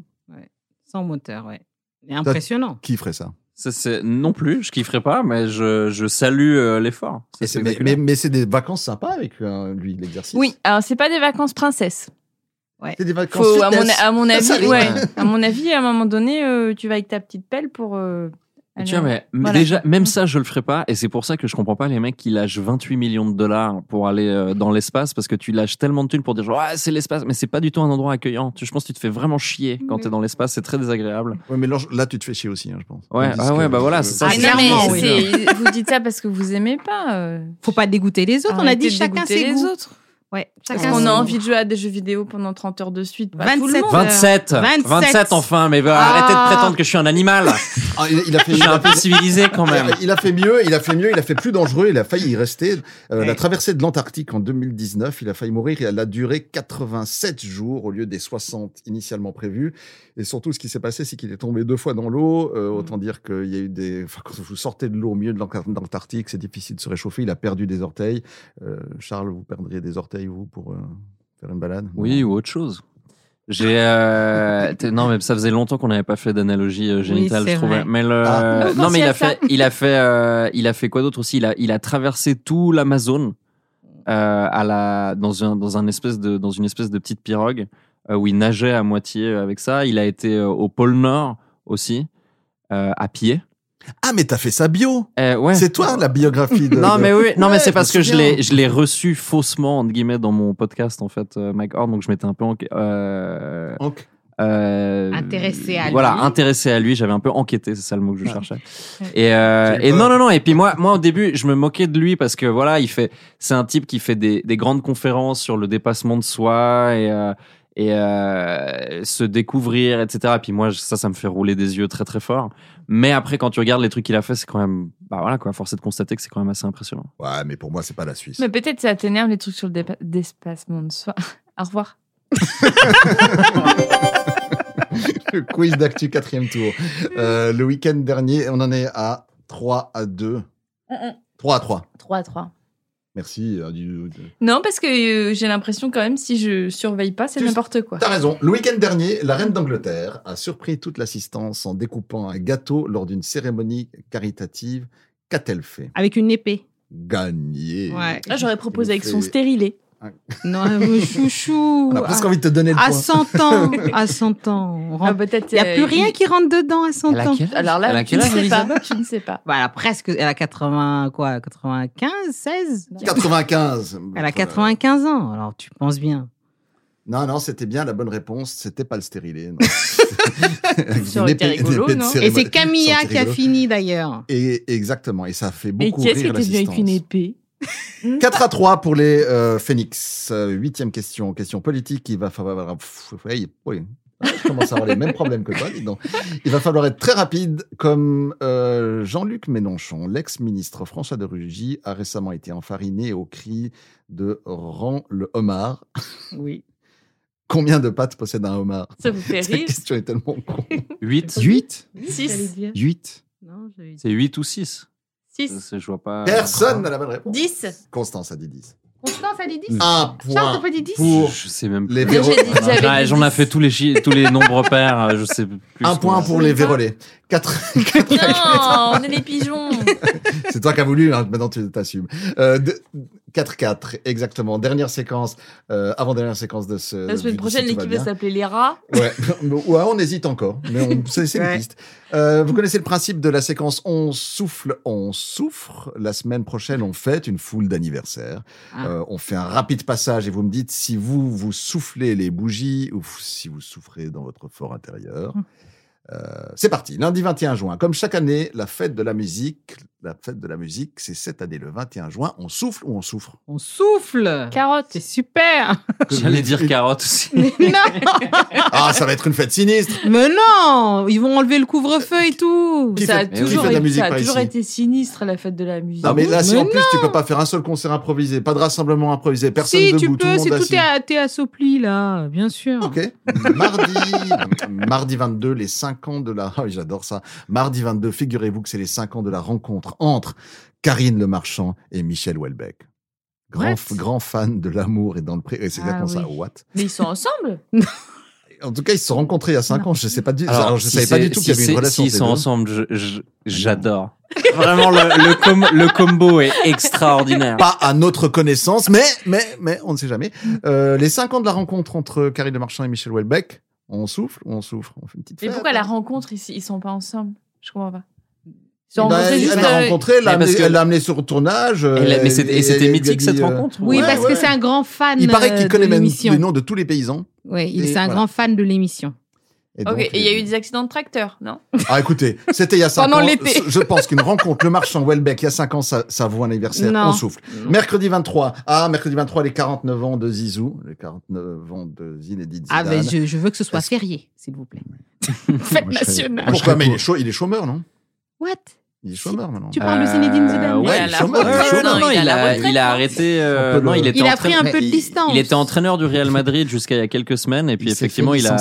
D: Sans moteur, ouais. C'est impressionnant.
B: Qui ferait ça
G: Ça, c'est- non plus, je kifferais pas, mais je, je salue euh, l'effort. C'est
B: Et c'est- mais, mais,
G: spectaculaire.
B: mais c'est des vacances sympas avec euh, lui, l'exercice.
I: Oui, alors c'est pas des vacances princesses. Ouais.
B: C'est des vacances
I: Faut, à, mon,
B: fitness.
I: à mon
B: Ça,
I: avis,
B: ça
I: ouais.
B: rigole.
I: à mon avis, à un moment donné, euh, tu vas avec ta petite pelle pour. euh,
G: Mais
I: aller-
G: Tiens, mais, mais
I: Voilà.
G: déjà, même ça, je le ferai pas. Et c'est pour ça que je comprends pas les mecs qui lâchent 28 millions de dollars pour aller euh, dans l'espace parce que tu lâches tellement de thunes pour dire genre, ah, c'est l'espace, mais c'est pas du tout un endroit accueillant. Tu, je pense que tu te fais vraiment chier quand t'es dans l'espace. C'est très désagréable.
B: Ouais, mais là, je- là, tu te fais chier aussi, hein, je pense.
G: Ouais,
B: Tandis
G: ah ouais,
B: que-
G: bah voilà, c'est ça.
I: Ah,
G: c'est-
I: non,
G: c'est-
I: mais c'est- vous dites ça parce que vous aimez pas. euh.
D: Faut pas dégoûter les autres. on a
I: Arrêtez
D: dit
I: de
D: chacun
I: dégoûter
D: ses
I: les
D: goûts.
I: autres.
D: Ouais, chacun
I: Parce qu'on
D: ses
I: a
D: goûts.
I: envie de jouer à des jeux vidéo pendant 30 heures de suite. Pas tout le
D: 27.
I: monde.
G: 27.
I: 27.
G: 27 enfin, mais bah,
I: Ah.
G: arrêtez de prétendre que je suis un animal.
B: Ah, il, il a fait,
G: Je suis
B: il a
G: un peu
B: fait-
G: civilisé quand même.
B: Il a fait mieux, il a fait mieux, il a fait plus dangereux, il a failli y rester. Euh, La traversée de l'Antarctique en 2019, il a failli mourir et elle a duré 87 jours au lieu des 60 initialement prévus. Et surtout, ce qui s'est passé, c'est qu'il est tombé deux fois dans l'eau. Euh,
G: Mm.
B: autant dire qu'il y a eu des. Enfin, quand vous sortez de l'eau au milieu de l'Antar- de l'Antarctique, c'est difficile de se réchauffer. Il a perdu des orteils. Euh, Charles, vous perdriez des orteils, vous, pour euh, faire une balade
G: Oui, ou autre chose. J'ai euh, t'es- non mais ça faisait longtemps qu'on n'avait pas fait d'analogie euh, génitale,
E: c'est
G: je trouvais.
E: vrai.
G: Mais le
E: Ah. Vous
G: non mais
E: pensiez
G: il a
E: à ça
G: fait il a fait euh, il a fait quoi d'autre aussi Il a il a traversé tout l'Amazone euh, à la dans un dans un espèce de dans une espèce de petite pirogue euh, où il nageait à moitié euh, avec ça. Il a été euh, au pôle Nord aussi euh, à pied. Euh,
B: Ah, mais t'as fait ça bio
G: ouais.
B: C'est toi, la biographie de.
G: Non, mais oui, non, mais
B: Ouais,
G: c'est parce
B: me
G: que je
B: souviens.
G: l'ai, je l'ai reçu faussement, entre guillemets, dans mon podcast, en fait, euh, Mike Horn, donc je m'étais un peu. enqué- euh, euh,
D: Intéressé à
G: Voilà,
D: lui.
G: intéressé à lui, j'avais un peu enquêté, c'est ça le mot que je cherchais.
D: Ouais.
G: Et, euh,
D: J'ai
G: et
D: peur.
G: non, non, non, et puis moi, moi, au début, je me moquais de lui parce que voilà, il fait, c'est un type qui fait des, des grandes conférences sur le dépassement de soi et. euh, et euh, se découvrir, etc. Et puis moi, ça, ça me fait rouler des yeux très très fort. Mais après, quand tu regardes les trucs qu'il a fait, c'est quand même, bah voilà quoi, force est de constater que c'est quand même assez impressionnant.
B: Ouais, mais pour moi, c'est pas la Suisse.
I: Mais peut-être ça t'énerve les trucs sur le dépa- dépassement de soi. Au revoir.
B: Le quiz d'actu quatrième tour. Euh, le week-end dernier, on en est à 3 à 2. 3 à 3.
I: 3 à 3.
B: Merci. euh, du- du-
I: Non, parce que euh, j'ai l'impression quand même, si je surveille pas, c'est n'importe quoi.
B: T'as raison. Le week-end dernier, la reine d'Angleterre a surpris toute l'assistance en découpant un gâteau lors d'une cérémonie caritative. Qu'a-t-elle fait
D: Avec une épée.
B: Gagné.
D: Ouais.
I: Là, j'aurais proposé avec son
B: Et-
I: stérilé.
D: Non, mon chouchou.
B: On a
G: ah.
B: presque envie de te donner le
D: À
B: point.
D: 100 ans, à 100 ans. on rentre- Il n'y a
I: euh,
D: plus rien
I: il-
D: qui rentre dedans à 100
I: Elle a
D: ans.
I: quel âge Alors là, Elle a quel tu ne âge, sais Elisa pas, tu ne sais pas.
D: Bah, elle a presque, elle a 80, quoi, 95, 16
B: 95.
D: Elle a 95 ans, alors tu penses bien.
B: Non, non, c'était bien la bonne réponse. C'était pas le stérilé. non.
D: Ça aurait été
B: Une épée-
D: rigolo,
B: une épée de
D: non Et
B: cérémonie.
D: c'est
B: Ça
D: Camilla
B: aurait été
D: qui a
B: rigolo.
D: fini d'ailleurs.
B: Et exactement. Et ça fait
I: Mais
B: beaucoup
I: qui est-ce qui
B: rire
I: était venu avec
B: l'assistance.
I: une épée
B: 4 à 3 pour les euh, Phoenix. Euh, Huitième question, question politique. Il va falloir. ah, Pff, ouais, ouais. Je commence à avoir les mêmes problèmes que toi, dis donc. Il va falloir être très rapide, comme euh, Jean-Luc Mélenchon, l'ex-ministre François de Rugy, a récemment été enfariné au cri de Rends le homard.
D: Oui.
B: Combien de pattes possède un homard
I: Ça vous fait
B: Cette
I: rire
B: question est tellement con.
G: 8
B: 8
I: 6
B: 8
G: C'est 8 ou 6
I: 6
G: Je vois pas.
B: Personne n'a la bonne réponse.
I: 10
B: Constance a dit 10.
I: Constance a dit 10
B: Un
I: Charles,
B: point
I: t'as pas dit 10
B: pour
G: Je sais même
B: les
G: plus.
B: Véro-
I: J'ai dit- j'avais dit
G: Ouais, J'en ai fait tous les, chi- tous les nombres pairs, euh, je sais plus.
B: Un point pour les Vérolés. Quatre...
I: Non, on est les pigeons.
B: Euh, C'est toi qui as voulu, hein, maintenant tu t'assumes. Euh, de- 4-4, exactement. Dernière séquence, euh, avant-dernière séquence de ce.
I: La semaine
B: du-
I: prochaine,
B: si tout va
I: l'équipe
B: bien.
I: va s'appeler les rats.
B: Ouais, ouais, on hésite encore, mais on- c'est c'est une piste. Euh, vous connaissez le principe de la séquence On souffle, on souffre. La semaine prochaine, on fête une foule d'anniversaires.
D: Ah.
B: Euh, on fait un rapide passage et vous me dites si vous, vous soufflez les bougies ou si vous souffrez dans votre fort intérieur. Euh, c'est parti, lundi 21 juin. Comme chaque année, la fête de la musique, la fête de la musique, c'est cette année le 21 juin. On souffle ou on souffre
D: On souffle.
I: Carotte.
D: C'est super.
G: J'allais dire carotte aussi.
B: Ah, ça va être une fête sinistre.
D: Mais non, ils vont enlever le couvre-feu et tout.
B: Qui
I: Ça a
B: fait- qui
I: toujours,
B: fait de la
I: été-
B: musique
I: ça a
B: par
I: toujours
B: ici
I: été sinistre, la fête de la musique.
D: Ah
B: Non, mais là, si en
I: Mais
B: plus tu peux pas faire un seul concert improvisé, pas de rassemblement improvisé, personne
D: si,
B: debout,
D: tu
B: tout le
D: peux,
B: monde
D: c'est tout
B: assis.
D: est à- t'es assopli là, bien sûr.
B: Ok. Mardi, mardi 22, les 5 ans de la. Ah oui, j'adore ça. Mardi 22, figurez-vous que c'est les 5 ans de la rencontre entre Karine Le Marchand et Michel Houellebecq. Grand,
I: What
B: grand fan de l'amour et dans le pré. et C'est
I: Ah
B: exactement ça.
I: oui.
B: What
I: ils sont ensemble
B: En tout cas, ils se sont rencontrés il y a 5 ans. Je sais pas du. Alors, je
G: si
B: savais pas
G: c'est-
B: du tout
G: si
B: qu'il y avait
G: c'est-
B: une relation.
G: S'ils
B: entre
G: sont
B: les deux.
G: ensemble, je- je- j'adore. Vraiment, le, le, com- le combo est extraordinaire.
B: Pas à notre connaissance, mais, mais, mais on ne sait jamais. Euh, les 5 ans de la rencontre entre Karine Le Marchand et Michel Houellebecq, on souffle ou on souffre On fait une petite
I: Mais
B: fête. hein.
I: pourquoi la rencontre, ils, ils sont pas ensemble Je comprends pas. Ils
B: Bah,
I: rencontrés
B: elle
I: juste,
B: l'a
I: euh,
B: rencontré, elle l'a
G: Mais parce
B: amené,
G: que-
B: elle l'a amené sur le tournage. euh,
G: Elle- mais c'est- et
B: elle-
G: c'était
B: elle-
G: mythique,
B: elle lui a
G: cette
B: dit, euh,
G: rencontre
D: Oui, bah,
B: ouais,
D: parce
B: ouais.
D: que c'est un grand fan.
B: Il paraît qu'il
D: euh,
B: connaît
D: de
B: même
D: l'émission.
B: les noms de tous les paysans.
D: Oui, il
B: Et
D: c'est un
B: voilà.
D: grand fan de l'émission.
B: Et donc,
I: Ok, et il y a
B: euh,
I: eu des accidents de tracteur, non
B: Ah, écoutez, c'était il y a 5 ans.
I: Pendant l'été.
B: Je pense qu'une rencontre, le marchand Welbeck, il y a 5 ans, ça, ça vaut un anniversaire.
D: Non.
B: On souffle. Mercredi 23. Ah, mercredi 23, les 49 ans de Zizou. Les 49 ans de Zinedine
D: Ah,
B: Zidane.
D: ben je, je veux que ce soit férié, s'il vous plaît. Fête nationale.
B: Pourquoi Mais il est, chaud, il est chômeur, non
D: What
B: Il est chômeur maintenant.
D: Tu parles de Zinedine Zidane
G: ouais,
I: Il est à
G: il
I: la
G: est chômeur,
I: retraite,
G: il est chômeur.
I: non, il est à
G: il,
I: la
G: a,
I: retraite,
G: il a arrêté. euh,
B: Un peu
G: non,
B: de-
G: il était
D: Il a pris
G: entraîneur-
D: un peu de
G: il-
D: distance.
G: Il était entraîneur du Real Madrid jusqu'à il y a quelques semaines et puis
B: Il s'est fait
G: effectivement il a,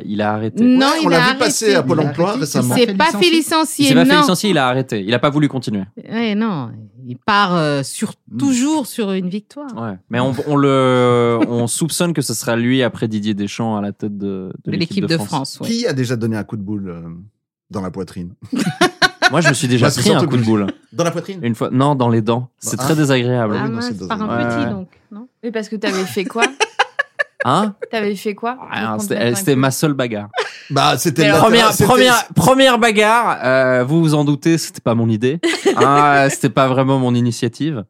B: licencier.
G: il a arrêté.
D: Non,
B: Ouais,
D: il
B: on
D: a
B: l'a vu
D: arrêté.
B: passer à Pôle emploi récemment.
D: C'est pas fait
G: Il
D: licencier,
G: s'est pas fait
D: non.
G: licencier, il a arrêté. Il a pas voulu continuer.
D: Ouais, non, il part euh, sur, toujours sur une victoire.
G: Ouais. Mais on, on le, on soupçonne que ce sera lui après Didier Deschamps à la tête de, de
D: De l'équipe de France, ouais.
B: Qui a déjà donné un coup de boule euh, dans la poitrine
G: Moi, je me suis déjà
B: Moi, c'est
G: pris un
B: surtout
G: coup de
B: que-
G: boule.
B: Dans la poitrine
G: Une fois, non, dans les dents. C'est
B: Ah.
G: très désagréable.
D: Ah
B: oui, non, c'est
D: mince,
B: dans
D: par
B: un-
D: un
G: Ouais,
D: petit,
G: ouais.
D: donc. Non
I: Mais parce que t'avais fait quoi
G: Hein
I: T'avais fait quoi pour
G: Ah,
I: qu'on te
G: C'était
I: mette
G: elle-
I: un
G: c'était
I: coup
G: ma seule bagarre.
B: Bah, c'était la-
G: Première,
B: c'était-
G: première, première Ah, bagarre. euh, vous vous en doutez, c'était pas mon idée. Hein, c'était pas vraiment mon initiative.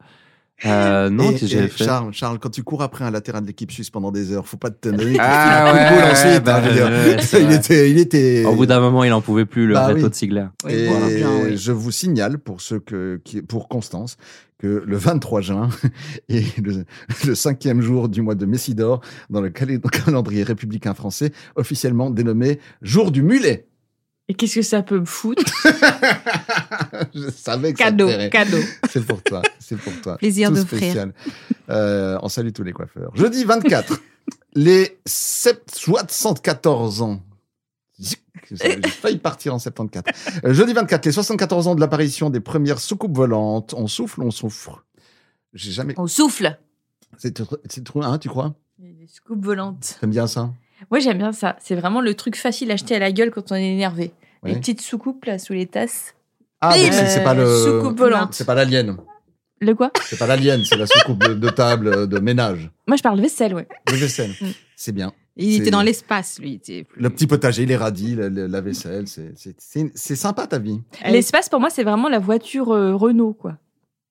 G: Euh, non,
B: Et-
G: qu'est-ce que j'avais
B: et
G: fait
B: Charles, Charles, quand tu cours après un latéral de l'équipe suisse pendant des heures, faut pas te donner
G: Ah ouais, ouais,
B: ensuite.
G: bah,
B: hein, je veux dire.
G: ouais, ouais, c'est
B: il
G: vrai.
B: était, il était.
G: Au bout d'un moment, il en pouvait plus, le
B: Bah
G: râteau
B: oui.
G: de Sigler.
B: Et je vous signale pour ceux que, qui- pour Constance, que le 23 juin est le, le cinquième jour du mois de Messidor dans le calé- calendrier républicain français, officiellement dénommé jour du mulet.
I: Et qu'est-ce que ça peut me foutre
B: Je savais que ça te
I: Cadeau,
B: plairait.
I: cadeau.
B: C'est pour toi, c'est pour toi.
I: Plaisir
B: Tout
I: d'offrir.
B: spécial. Euh, on salue tous les coiffeurs. Jeudi 24, les sept- 74 ans. Zic, J'ai failli partir en 74. Euh, Jeudi 24, les 74 ans de l'apparition des premières soucoupes volantes. On souffle, on souffre. J'ai jamais.
I: On souffle.
B: C'est tr- c'est trop, hein, tu crois
I: Des scoops volantes.
B: T'aimes bien ça
I: Moi, j'aime bien ça. C'est vraiment le truc facile à acheter à la gueule quand on est énervé.
B: Ouais.
I: Les petites soucoupes, là, sous les tasses.
B: Ah, donc
I: Bim
B: c'est c'est pas le.
I: Soucoupe volante.
B: C'est pas l'alien.
I: Le quoi
B: C'est pas l'alien, c'est la soucoupe de, de table, euh, de ménage,
I: Moi, je parle vaisselle, ouais.
B: de vaisselle.
I: Mm.
B: C'est bien.
D: Il était
B: C'est-
D: dans l'espace, lui. il était plus-
B: Le petit potager, les radis, la, la- la vaisselle, c'est- c'est- c'est c'est sympa ta vie.
I: L'espace, pour moi, c'est vraiment la voiture euh, Renault, quoi.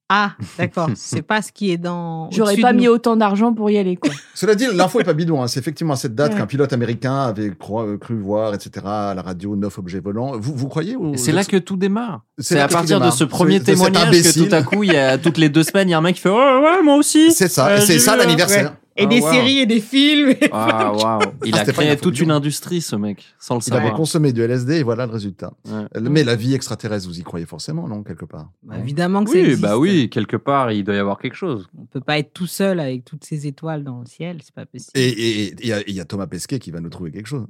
D: Ah, d'accord. C'est pas ce qui est dans.
I: J'aurais
D: au-dessus
I: pas
D: de
I: mis
D: nous.
I: autant d'argent pour y aller, quoi.
B: Cela dit, l'info est pas bidon. hein. C'est effectivement à cette date
I: Ouais.
B: qu'un pilote américain avait croi- euh, cru voir, etc., à la radio, neuf objets volants. Vous, vous croyez au-
G: Et C'est là que tout démarre.
B: C'est
G: C'est
B: là
G: à
B: que tout
G: partir de
B: démarre.
G: ce premier
B: C'est- de cet
G: témoignage que
B: imbécile.
G: tout à coup, il y a toutes les deux semaines, il y a un mec qui fait oh, ouais, moi aussi.
B: C'est ça, et c'est ça l'anniversaire.
D: Et des séries et des films. et plein de choses.
G: Il
B: Ah,
G: a
B: c'était pas une
G: créé
B: info
G: toute
B: bidon.
G: une industrie, ce mec, sans le
B: Il avait
G: savoir.
B: consommé du LSD et voilà le résultat. Mais la vie extraterrestre, vous y croyez forcément, non, quelque part
D: Bah, évidemment que ça
G: oui,
D: existe.
G: bah oui, quelque part, il doit y avoir quelque chose.
D: On peut pas être tout seul avec toutes ces étoiles dans le ciel, c'est pas possible.
B: Et- Et et il y, a- il y a Thomas Pesquet qui va nous trouver quelque chose.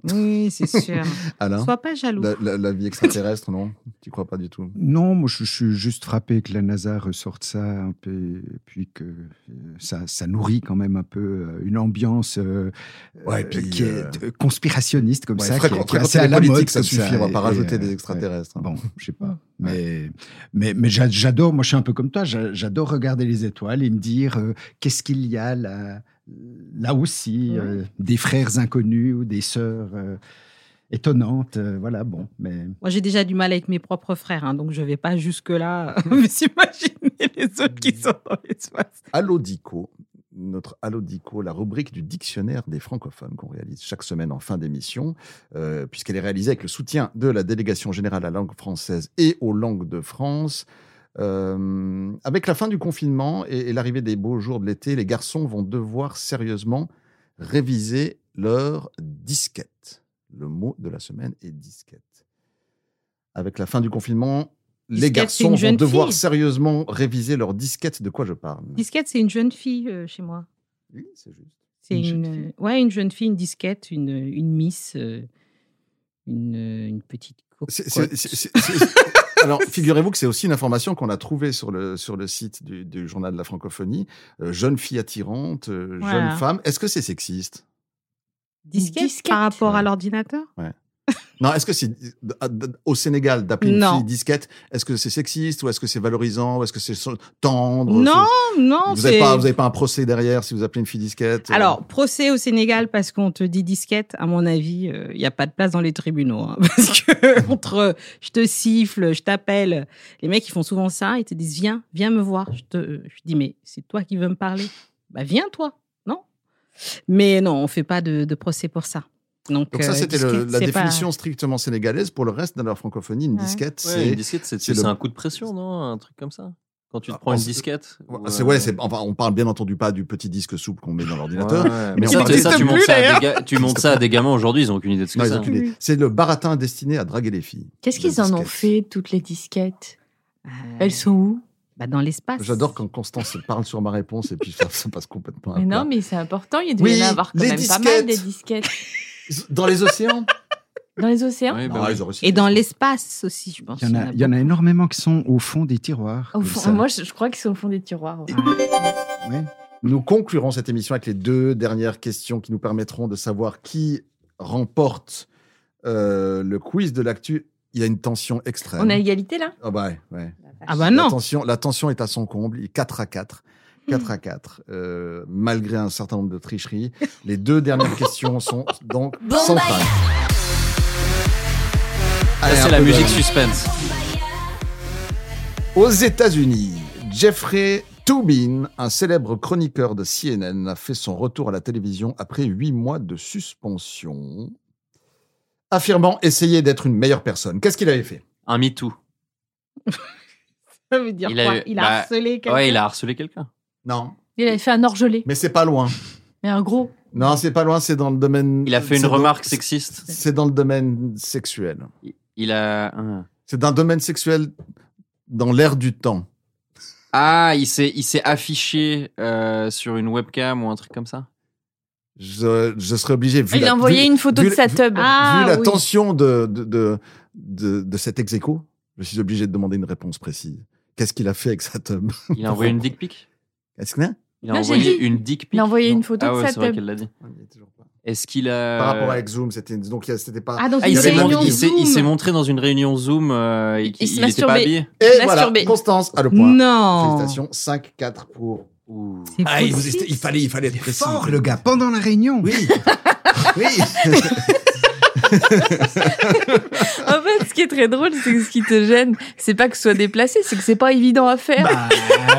D: Oui, c'est sûr.
B: Alain
D: Sois pas jaloux.
B: La, la- la vie extraterrestre, non Tu crois pas du tout
C: Non, moi je, je suis juste frappé que la NASA ressorte ça un peu, et puis que euh, ça, ça nourrit quand même un peu euh, une ambiance euh,
B: Ouais, et
C: euh,
B: puis,
C: qui est
B: euh,
C: euh, conspirationniste comme
B: Ouais,
C: ça. qui
B: fréquent-
C: est- qui est
B: fréquenter
C: assez à
B: les
C: la
B: politiques,
C: mode
B: ça
C: comme
B: suffit, on va
C: et-
B: pas rajouter
C: et,
B: des
C: ouais.
B: extraterrestres, hein.
C: Bon, je sais pas. Mais, mais, mais j'a- j'adore, moi je suis un peu comme toi, j'a- j'adore regarder les étoiles et me dire euh, qu'est-ce qu'il y a là, là aussi, euh, des frères inconnus ou des sœurs euh, étonnantes. euh, voilà, bon, mais.
D: Moi, j'ai déjà du mal avec mes propres frères, hein, donc je vais pas jusque-là. Mais s'imaginer les autres qui sont dans l'espace.
B: Allodico, notre Allodico, la rubrique du dictionnaire des francophones qu'on réalise chaque semaine en fin d'émission, euh, puisqu'elle est réalisée avec le soutien de la délégation générale à la langue française et aux langues de France. Euh, avec la fin du confinement et, et l'arrivée des beaux jours de l'été, les garçons vont devoir sérieusement réviser leur disquette. Le mot de la semaine est disquette. Avec la fin du confinement, les
D: Disquette, c'est
B: garçons
D: une
B: vont
D: jeune
B: devoir
D: fille.
B: sérieusement réviser leur disquette. De quoi je parle
D: Disquette, c'est une jeune fille euh, chez moi.
B: Oui, c'est juste.
D: C'est
B: Une jeune
D: une, euh, ouais, une jeune fille, une disquette, une, une miss, euh, une, euh, une petite cocotte.
B: C'est- c'est- c'est- c'est- c'est- Alors, figurez-vous que c'est aussi une information qu'on a trouvée sur le, sur le site du, du journal de la francophonie. Euh, jeune fille attirante, euh,
D: Voilà.
B: jeune femme. Est-ce que c'est sexiste
D: disquette, par rapport à l'ordinateur
B: ouais. Non, est-ce que c'est au Sénégal d'appeler une
D: Non.
B: fille disquette Est-ce que c'est sexiste ou est-ce que c'est valorisant ou est-ce que c'est so- tendre
D: Non,
B: c'est-
D: Oh non,
B: Vous n'avez
D: c'est-
B: pas, vous avez pas un procès derrière si vous appelez une fille disquette euh,
D: Alors, procès au Sénégal parce qu'on te dit disquette, à mon avis, il n'y a pas de place dans les tribunaux. hein, parce que entre je te siffle, je t'appelle, les mecs, ils font souvent ça, ils te disent viens, viens me voir. Je te euh, je dis mais c'est toi qui veux me parler. Bah viens toi, non Mais non, on fait pas de, de procès pour ça. Donc,
B: Donc ça,
D: euh,
B: c'était le-
D: disquette,
B: la
D: c'est pas-
B: définition strictement sénégalaise. Pour le reste de la francophonie, une
D: Ouais.
B: disquette,
G: Ouais,
B: c'est...
G: une disquette, c'est
B: c'est
G: c'est
B: le-
G: un coup de pression, non Un truc comme ça. Quand tu te
B: Ah,
G: prends une
B: c'est-
G: disquette.
B: Ouais,
G: ou,
B: c'est
G: euh,
B: ouais, c'est- enfin, on parle bien entendu pas du petit disque souple qu'on met dans l'ordinateur.
G: Ouais, ouais. Mais
B: on
G: ça,
B: parle
G: tu-
B: des-
G: ça, tu montes ça, à des gars- tu montes ça à des gamins aujourd'hui, ils n'ont aucune idée de ce
B: Non,
G: que
B: ils ont
G: c'est.
B: aucune idée. C'est le baratin destiné à draguer les filles.
I: Qu'est-ce qu'ils en ont fait, toutes les disquettes Elles sont où
D: Euh, bah, Dans l'espace.
B: J'adore quand Constance parle sur ma réponse et puis ça, ça passe complètement. à
I: Mais
B: plat.
I: non, mais c'est important, il doit
B: Oui,
I: y en avoir quand
B: les
I: même pas mal des
B: disquettes.
I: disquettes.
B: Dans les océans
I: Dans les
G: hein.
I: océans
G: Eh ben bah
B: Non, ils ont recyclé.
D: Et dans l'espace aussi, je pense.
C: Il y, en a, il y en a énormément qui sont au fond des tiroirs.
I: Au
C: comme
I: fond-
C: ça.
I: moi, je, je crois qu'ils sont au fond des tiroirs. ouais.
B: Nous conclurons cette émission avec les deux dernières questions qui nous permettront de savoir qui remporte euh, le quiz de l'actu. Il y a une tension extrême.
I: On a égalité là
B: Ah bah ouais, ouais.
D: Ah bah non.
B: La tension, la tension est à son comble, il est 4 à 4. 4
D: Hmm.
B: à 4, euh, malgré un certain nombre de tricheries. Les deux dernières questions sont donc
D: bah
H: Bon
B: centrales.
G: Ça,
B: Allez, un
G: c'est la
B: peu
G: musique
B: d'avance.
G: suspense.
B: Aux États-Unis, Jeffrey Toobin, un célèbre chroniqueur de CNN, a fait son retour à la télévision après huit mois de suspension, affirmant essayer d'être une meilleure personne. Qu'est-ce qu'il avait fait
G: Un MeToo.
D: Ça veut dire quoi
G: eu-
D: Il a
G: bah,
D: harcelé quelqu'un.
G: Ouais, il a harcelé quelqu'un.
B: Non.
I: Il avait fait un orgelé.
B: Mais c'est pas loin.
I: Mais un gros.
B: Non, c'est pas loin, c'est dans le domaine.
G: Il a fait une
B: c'est dans-
G: remarque sexiste.
B: C'est dans le domaine sexuel.
G: Il a. un-
B: C'est dans le domaine sexuel dans l'ère du temps.
G: Ah, il s'est, il s'est affiché euh, sur une webcam ou un truc comme ça.
B: Je, je serais obligé. Vu
I: Il
B: la-
I: a envoyé
B: vu-
I: une photo
B: vu la-
I: de sa Ah tub.
B: vu-
D: Ah
B: vu la tension de, de, de, de, de cet ex aequo, je suis obligé de demander une réponse précise. Qu'est-ce qu'il a fait avec sa tub
G: Il a envoyé une dick pic.
B: Est-ce que
G: Il a
I: Non, j'ai
G: envoyé
I: dit.
G: une dick pic.
I: Il a envoyé une photo
G: Ah
I: de
G: ouais,
I: sa
G: c'est vrai
I: tub.
G: qu'elle l'a dit. Est-ce qu'il a.
B: Par rapport à avec Zoom, c'était donc il y a- c'était pas.
I: Ah, dans
G: Ah, il
I: une
G: s'est
I: réunion
G: montré- il s'est- il
I: Zoom.
G: s'est montré dans une réunion Zoom euh, et
I: Il
G: qu'il
I: se
G: n'était pas
I: masturbait.
G: habillé.
B: Et voilà,
I: Masturbé.
B: Constance a le point.
D: Non.
B: Félicitations, 5-4 pour.
A: Ah, il, vous- il fallait, il fallait être précis.
C: Fort, le gars, pendant la réunion.
B: Oui. oui.
I: En fait, ce qui est très drôle, c'est que ce qui te gêne, c'est pas que ce soit déplacé, c'est que c'est pas évident à
B: Bah,
I: faire.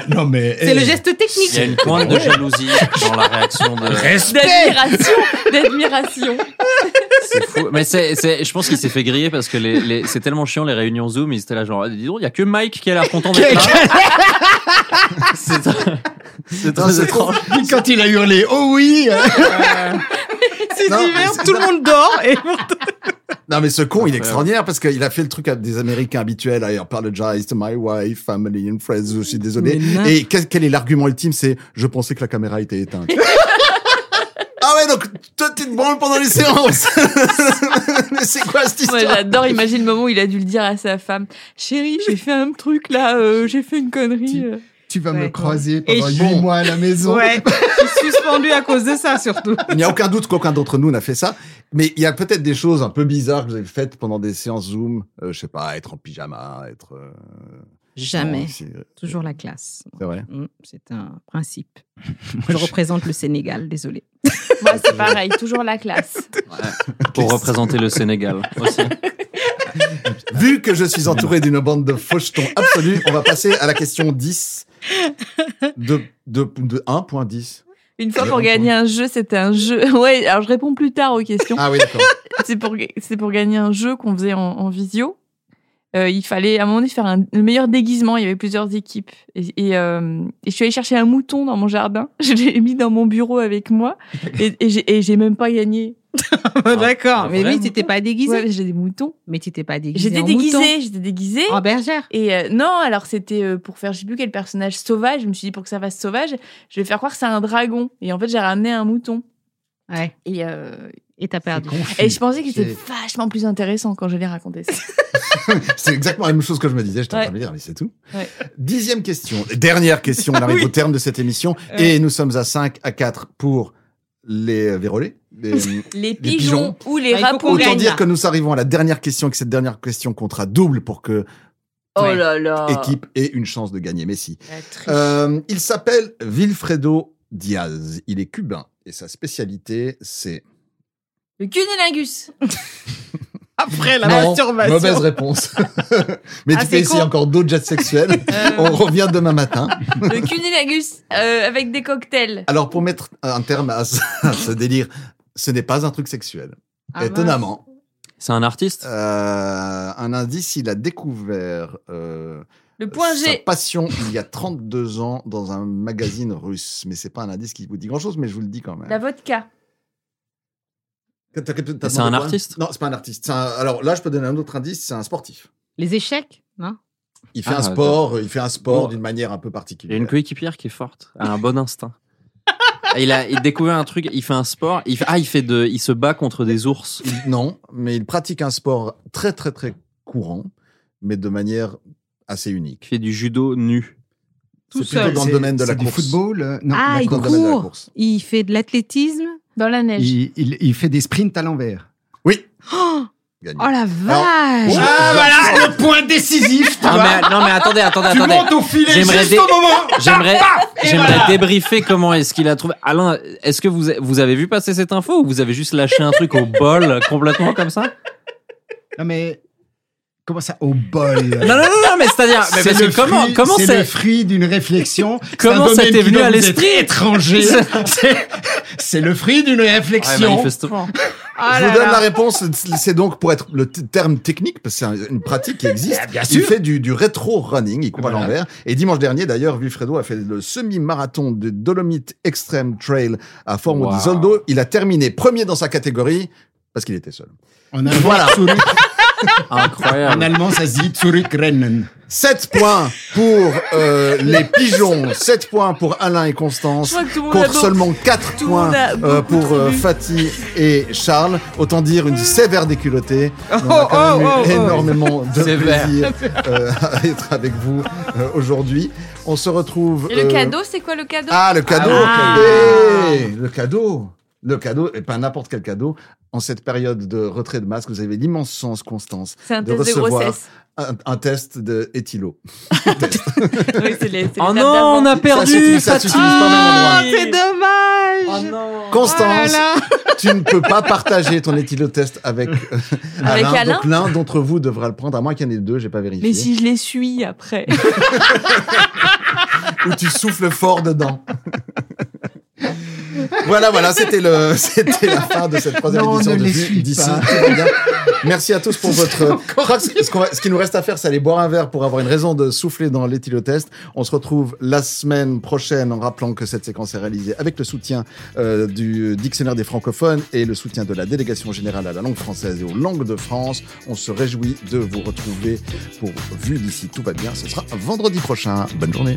A: Non, mais.
J: Eh,
I: c'est le
D: eh.
I: geste technique.
E: Il y a une pointe de jalousie dans la réaction de.
I: D'admiration. D'admiration.
G: C'est fou. Mais c'est, c'est- je pense qu'il s'est fait griller parce que les, les- c'est tellement chiant les réunions Zoom. Ils étaient là genre, Ah, dis donc, il y a que Mike qui a l'air content d'être là. c'est, c'est
B: Non,
G: très
B: c'est
G: étrange.
C: Quand il a hurlé, oh oui
D: C'est
B: Non,
D: divers,
B: mais c'est-
D: tout le monde dort. Et...
B: Non, mais ce con, il est extraordinaire parce qu'il a fait le truc à des Américains habituels. I apologize to my wife, family and friends. Je suis désolé.
D: Mais non.
B: Et quel, quel est l'argument ultime C'est je pensais que la caméra était éteinte. ah ouais, donc toi, tu te branles pendant les séances. mais c'est quoi cette
I: Moi,
B: histoire
I: j'adore. Imagine le moment où il a dû le dire à sa femme. Chérie, j'ai fait un truc là, euh, j'ai fait une connerie. euh.
C: Tu vas me
D: Ouais.
C: croiser
D: Et
C: pendant
D: je-
C: 8 mois à la maison.
D: Ouais, je suis suspendu à cause de ça surtout.
B: Il n'y a aucun doute qu'aucun d'entre nous n'a fait ça, mais il y a peut-être des choses un peu bizarres que vous avez faites pendant des séances Zoom. Euh, je sais pas, être en pyjama, être. euh,
D: Jamais.
B: non, c'est-
D: Toujours la classe.
B: C'est vrai.
D: Mm, C'est un principe. Je représente le Sénégal, désolé.
I: Moi, c'est pareil, toujours la classe.
G: Pour représenter le Sénégal aussi.
B: Vu que je suis entouré d'une bande de fauchetons absolus, on va passer à la question 10 de, de, de 1.10.
I: Une fois
B: Ouais,
I: pour
B: on
I: gagner un jeu, c'était un jeu. Ouais, alors je réponds plus tard aux questions.
B: Ah oui, d'accord.
I: C'est pour, c'est pour gagner un jeu qu'on faisait en, en visio. Euh, il fallait à un moment donné faire un, le meilleur déguisement. Il y avait plusieurs équipes. Et, et, euh, et je suis allée chercher un mouton dans mon jardin. Je l'ai mis dans mon bureau avec moi. Et, et j'ai, et j'ai même pas gagné.
D: D'accord, mais
G: vrai
D: oui, tu t'étais pas déguisé.
I: Ouais, j'ai des moutons.
D: Mais tu t'étais pas déguisé.
I: J'étais
D: en
I: déguisée. J'étais déguisée.
D: mouton. Ah. En bergère.
I: Et euh, non, alors c'était euh, pour faire, je sais plus quel personnage sauvage. Je me suis dit, pour que ça fasse sauvage, je vais faire croire que c'est un dragon. Et en fait, j'ai ramené un mouton.
D: Ouais.
I: Et, euh,
D: Et t'as perdu.
I: et je pensais que c'était
C: C'est-
I: vachement plus intéressant quand je l'ai raconté. ça.
B: C'est exactement la même chose que je me disais, je t'entends
I: Ouais.
B: dire, mais c'est tout.
I: Ouais.
B: Dixième question, dernière question, on arrive
D: Oui.
B: au terme de cette émission, et nous sommes à 5 à 4 pour les euh, vérolés. les- euh,
I: Les
B: pigeons.
I: pigeons, ou les
D: Bah, il
I: rats
D: faut
I: pour
D: qu'on
B: Autant
I: gagner.
B: dire que nous arrivons à la dernière question et que cette dernière question comptera double pour que
I: Oh là
D: Ah.
I: là.
B: équipe ait une chance de gagner Messi.
I: La triche.
B: Euh, il s'appelle Wilfredo Diaz. Il est cubain et sa spécialité, c'est.
I: Le cunilingus.
D: Après
J: hein.
D: la
B: Non,
D: masturbation.
B: mauvaise réponse. Mais
D: Ah,
B: tu
D: c'est
B: peux essayer
D: con.
B: encore d'autres jets sexuels.
I: Euh.
B: On revient demain matin.
I: le cunilingus euh, avec des cocktails.
B: Alors, pour mettre un terme à ce, à ce délire, ce n'est pas un truc sexuel.
D: Ah, mince.
B: Étonnamment.
G: C'est un artiste.
B: Euh, un indice, il a découvert euh,
I: Le point
B: sa
I: G.
B: passion il y a 32 ans dans un magazine russe. Mais c'est pas un indice qui vous dit grand-chose, mais je vous le dis quand même.
I: La vodka.
B: T'as- t'as- t'as
G: C'est un
B: demandé quoi
G: artiste
B: Non, c'est pas un artiste. C'est un- Alors là, je peux donner un autre indice, c'est un sportif.
D: Les échecs, non
B: Il fait un
G: Ah, attends.
B: sport, euh, il fait un sport
G: Bon.
B: d'une manière un peu
G: Il a
B: particulière.
G: une coéquipière qui est forte. Elle a un bon instinct. Il a, il découvre un truc. Il fait un sport. Il fait, ah, il fait de, il se bat contre des ours.
B: Il- Non, mais il pratique un sport très très très courant, mais de manière assez
G: Il
B: unique.
G: fait du judo nu.
D: Tout
B: C'est plutôt
D: seul.
B: dans
C: C'est-
B: le domaine de la
C: c'est du
B: course.
C: football euh, Non,
D: Ah,
C: la
D: il
B: Dans le
C: course.
B: domaine de la
D: court.
B: course.
D: Il fait de l'athlétisme.
I: Dans la neige.
C: Il, il- il fait des sprints à l'envers.
B: Oui.
D: Oh,
B: Gagné.
D: oh la vache
B: Ouais.
C: voilà, le point décisif,
I: Ah bah.
G: Non Ah, mais, non mais attendez, attendez, attendez.
C: au filet
G: J'aimerais dé-
C: moment
G: J'aimerais, j'aimerais débriefer comment est-ce qu'il a trouvé. Alain, est-ce que vous, vous avez vu passer cette info ou vous avez juste lâché un truc au bol complètement comme ça
C: Non mais Comment ça, au bol Non,
J: non, non, non, mais c'est-à-dire, mais parce que comment- comment
C: c'est
J: c'est-
C: le fruit d'une réflexion C'est un
J: Comment ça
C: domaine
J: t'est
C: qui
J: venu
C: doit
J: à
C: vous être
J: l'esprit
C: Étranger. C'est- C'est le fruit d'une réflexion.
G: manifestement.
D: Oh Ah
B: Je vous donne la réponse. C'est donc pour être le t- terme technique, parce que c'est un- une pratique qui existe.
C: Ah, bien
B: Il
C: sûr.
B: fait du, du rétro-running, il coupe à l'envers. Et dimanche dernier, d'ailleurs, Wilfredo a fait le semi-marathon de Dolomite Extreme Trail à Formo di
C: Wow.
B: Soldo. Il a terminé premier dans sa catégorie parce qu'il était seul.
C: En allemand,
B: Voilà.
C: Zurück-
B: Incroyable.
C: En allemand, ça se dit Zurückrennen.
B: 7 points pour euh, les pigeons, 7 points pour Alain et Constance,
C: Je crois que tout le monde a
B: contre
C: beau-
B: seulement 4
C: tout le
B: points
C: monde a
B: euh,
C: beaucoup
B: pour euh, Fatih et Charles. Autant dire une sévère déculottée. On a quand
C: oh,
B: même
C: oh,
B: eu
C: oh.
B: énormément de
C: Sévère.
B: plaisir euh, à être avec vous euh, aujourd'hui. On se retrouve.
I: Et le
B: euh,
I: cadeau, c'est quoi le cadeau
B: Ah, le cadeau
I: Ah.
B: Eh, Le cadeau Le cadeau, et pas n'importe quel cadeau. En cette période de retrait de masque, vous avez l'immense chance, Constance,
I: C'est un
B: de
I: test de
B: recevoir
I: grossesse.
B: un, un test de éthylo.
I: Oh
J: non, on a perdu, Ah,
B: Ça
J: Fatih.
B: s'utilise pas au même endroit.
H: c'est
J: Oh
H: dommage.
B: Constance,
H: Oh là
B: tu ne peux pas partager ton éthylotest avec, euh,
I: Avec
B: Alain,
I: Alain
B: Donc l'un d'entre vous devra le prendre, à moins qu'il y en ait deux, j'ai pas vérifié.
I: Mais si je les suis après.
B: Ou tu souffles fort dedans. voilà, voilà, c'était le, c'était la fin de cette troisième
C: Non,
B: édition
C: ne
B: de
C: les
B: Vue
C: suis
B: d'ici.
C: pas.
B: Tout va bien. Merci à tous pour votre. Je crois que ce qu'on va- ce qu'il nous reste à faire, c'est aller boire un verre pour avoir une raison de souffler dans l'éthylotest. On se retrouve la semaine prochaine en rappelant que cette séquence est réalisée avec le soutien euh, du dictionnaire des francophones et le soutien de la délégation générale à la langue française et aux langues de France. On se réjouit de vous retrouver pour Vue d'ici. Tout va bien. Ce sera vendredi prochain. Bonne journée.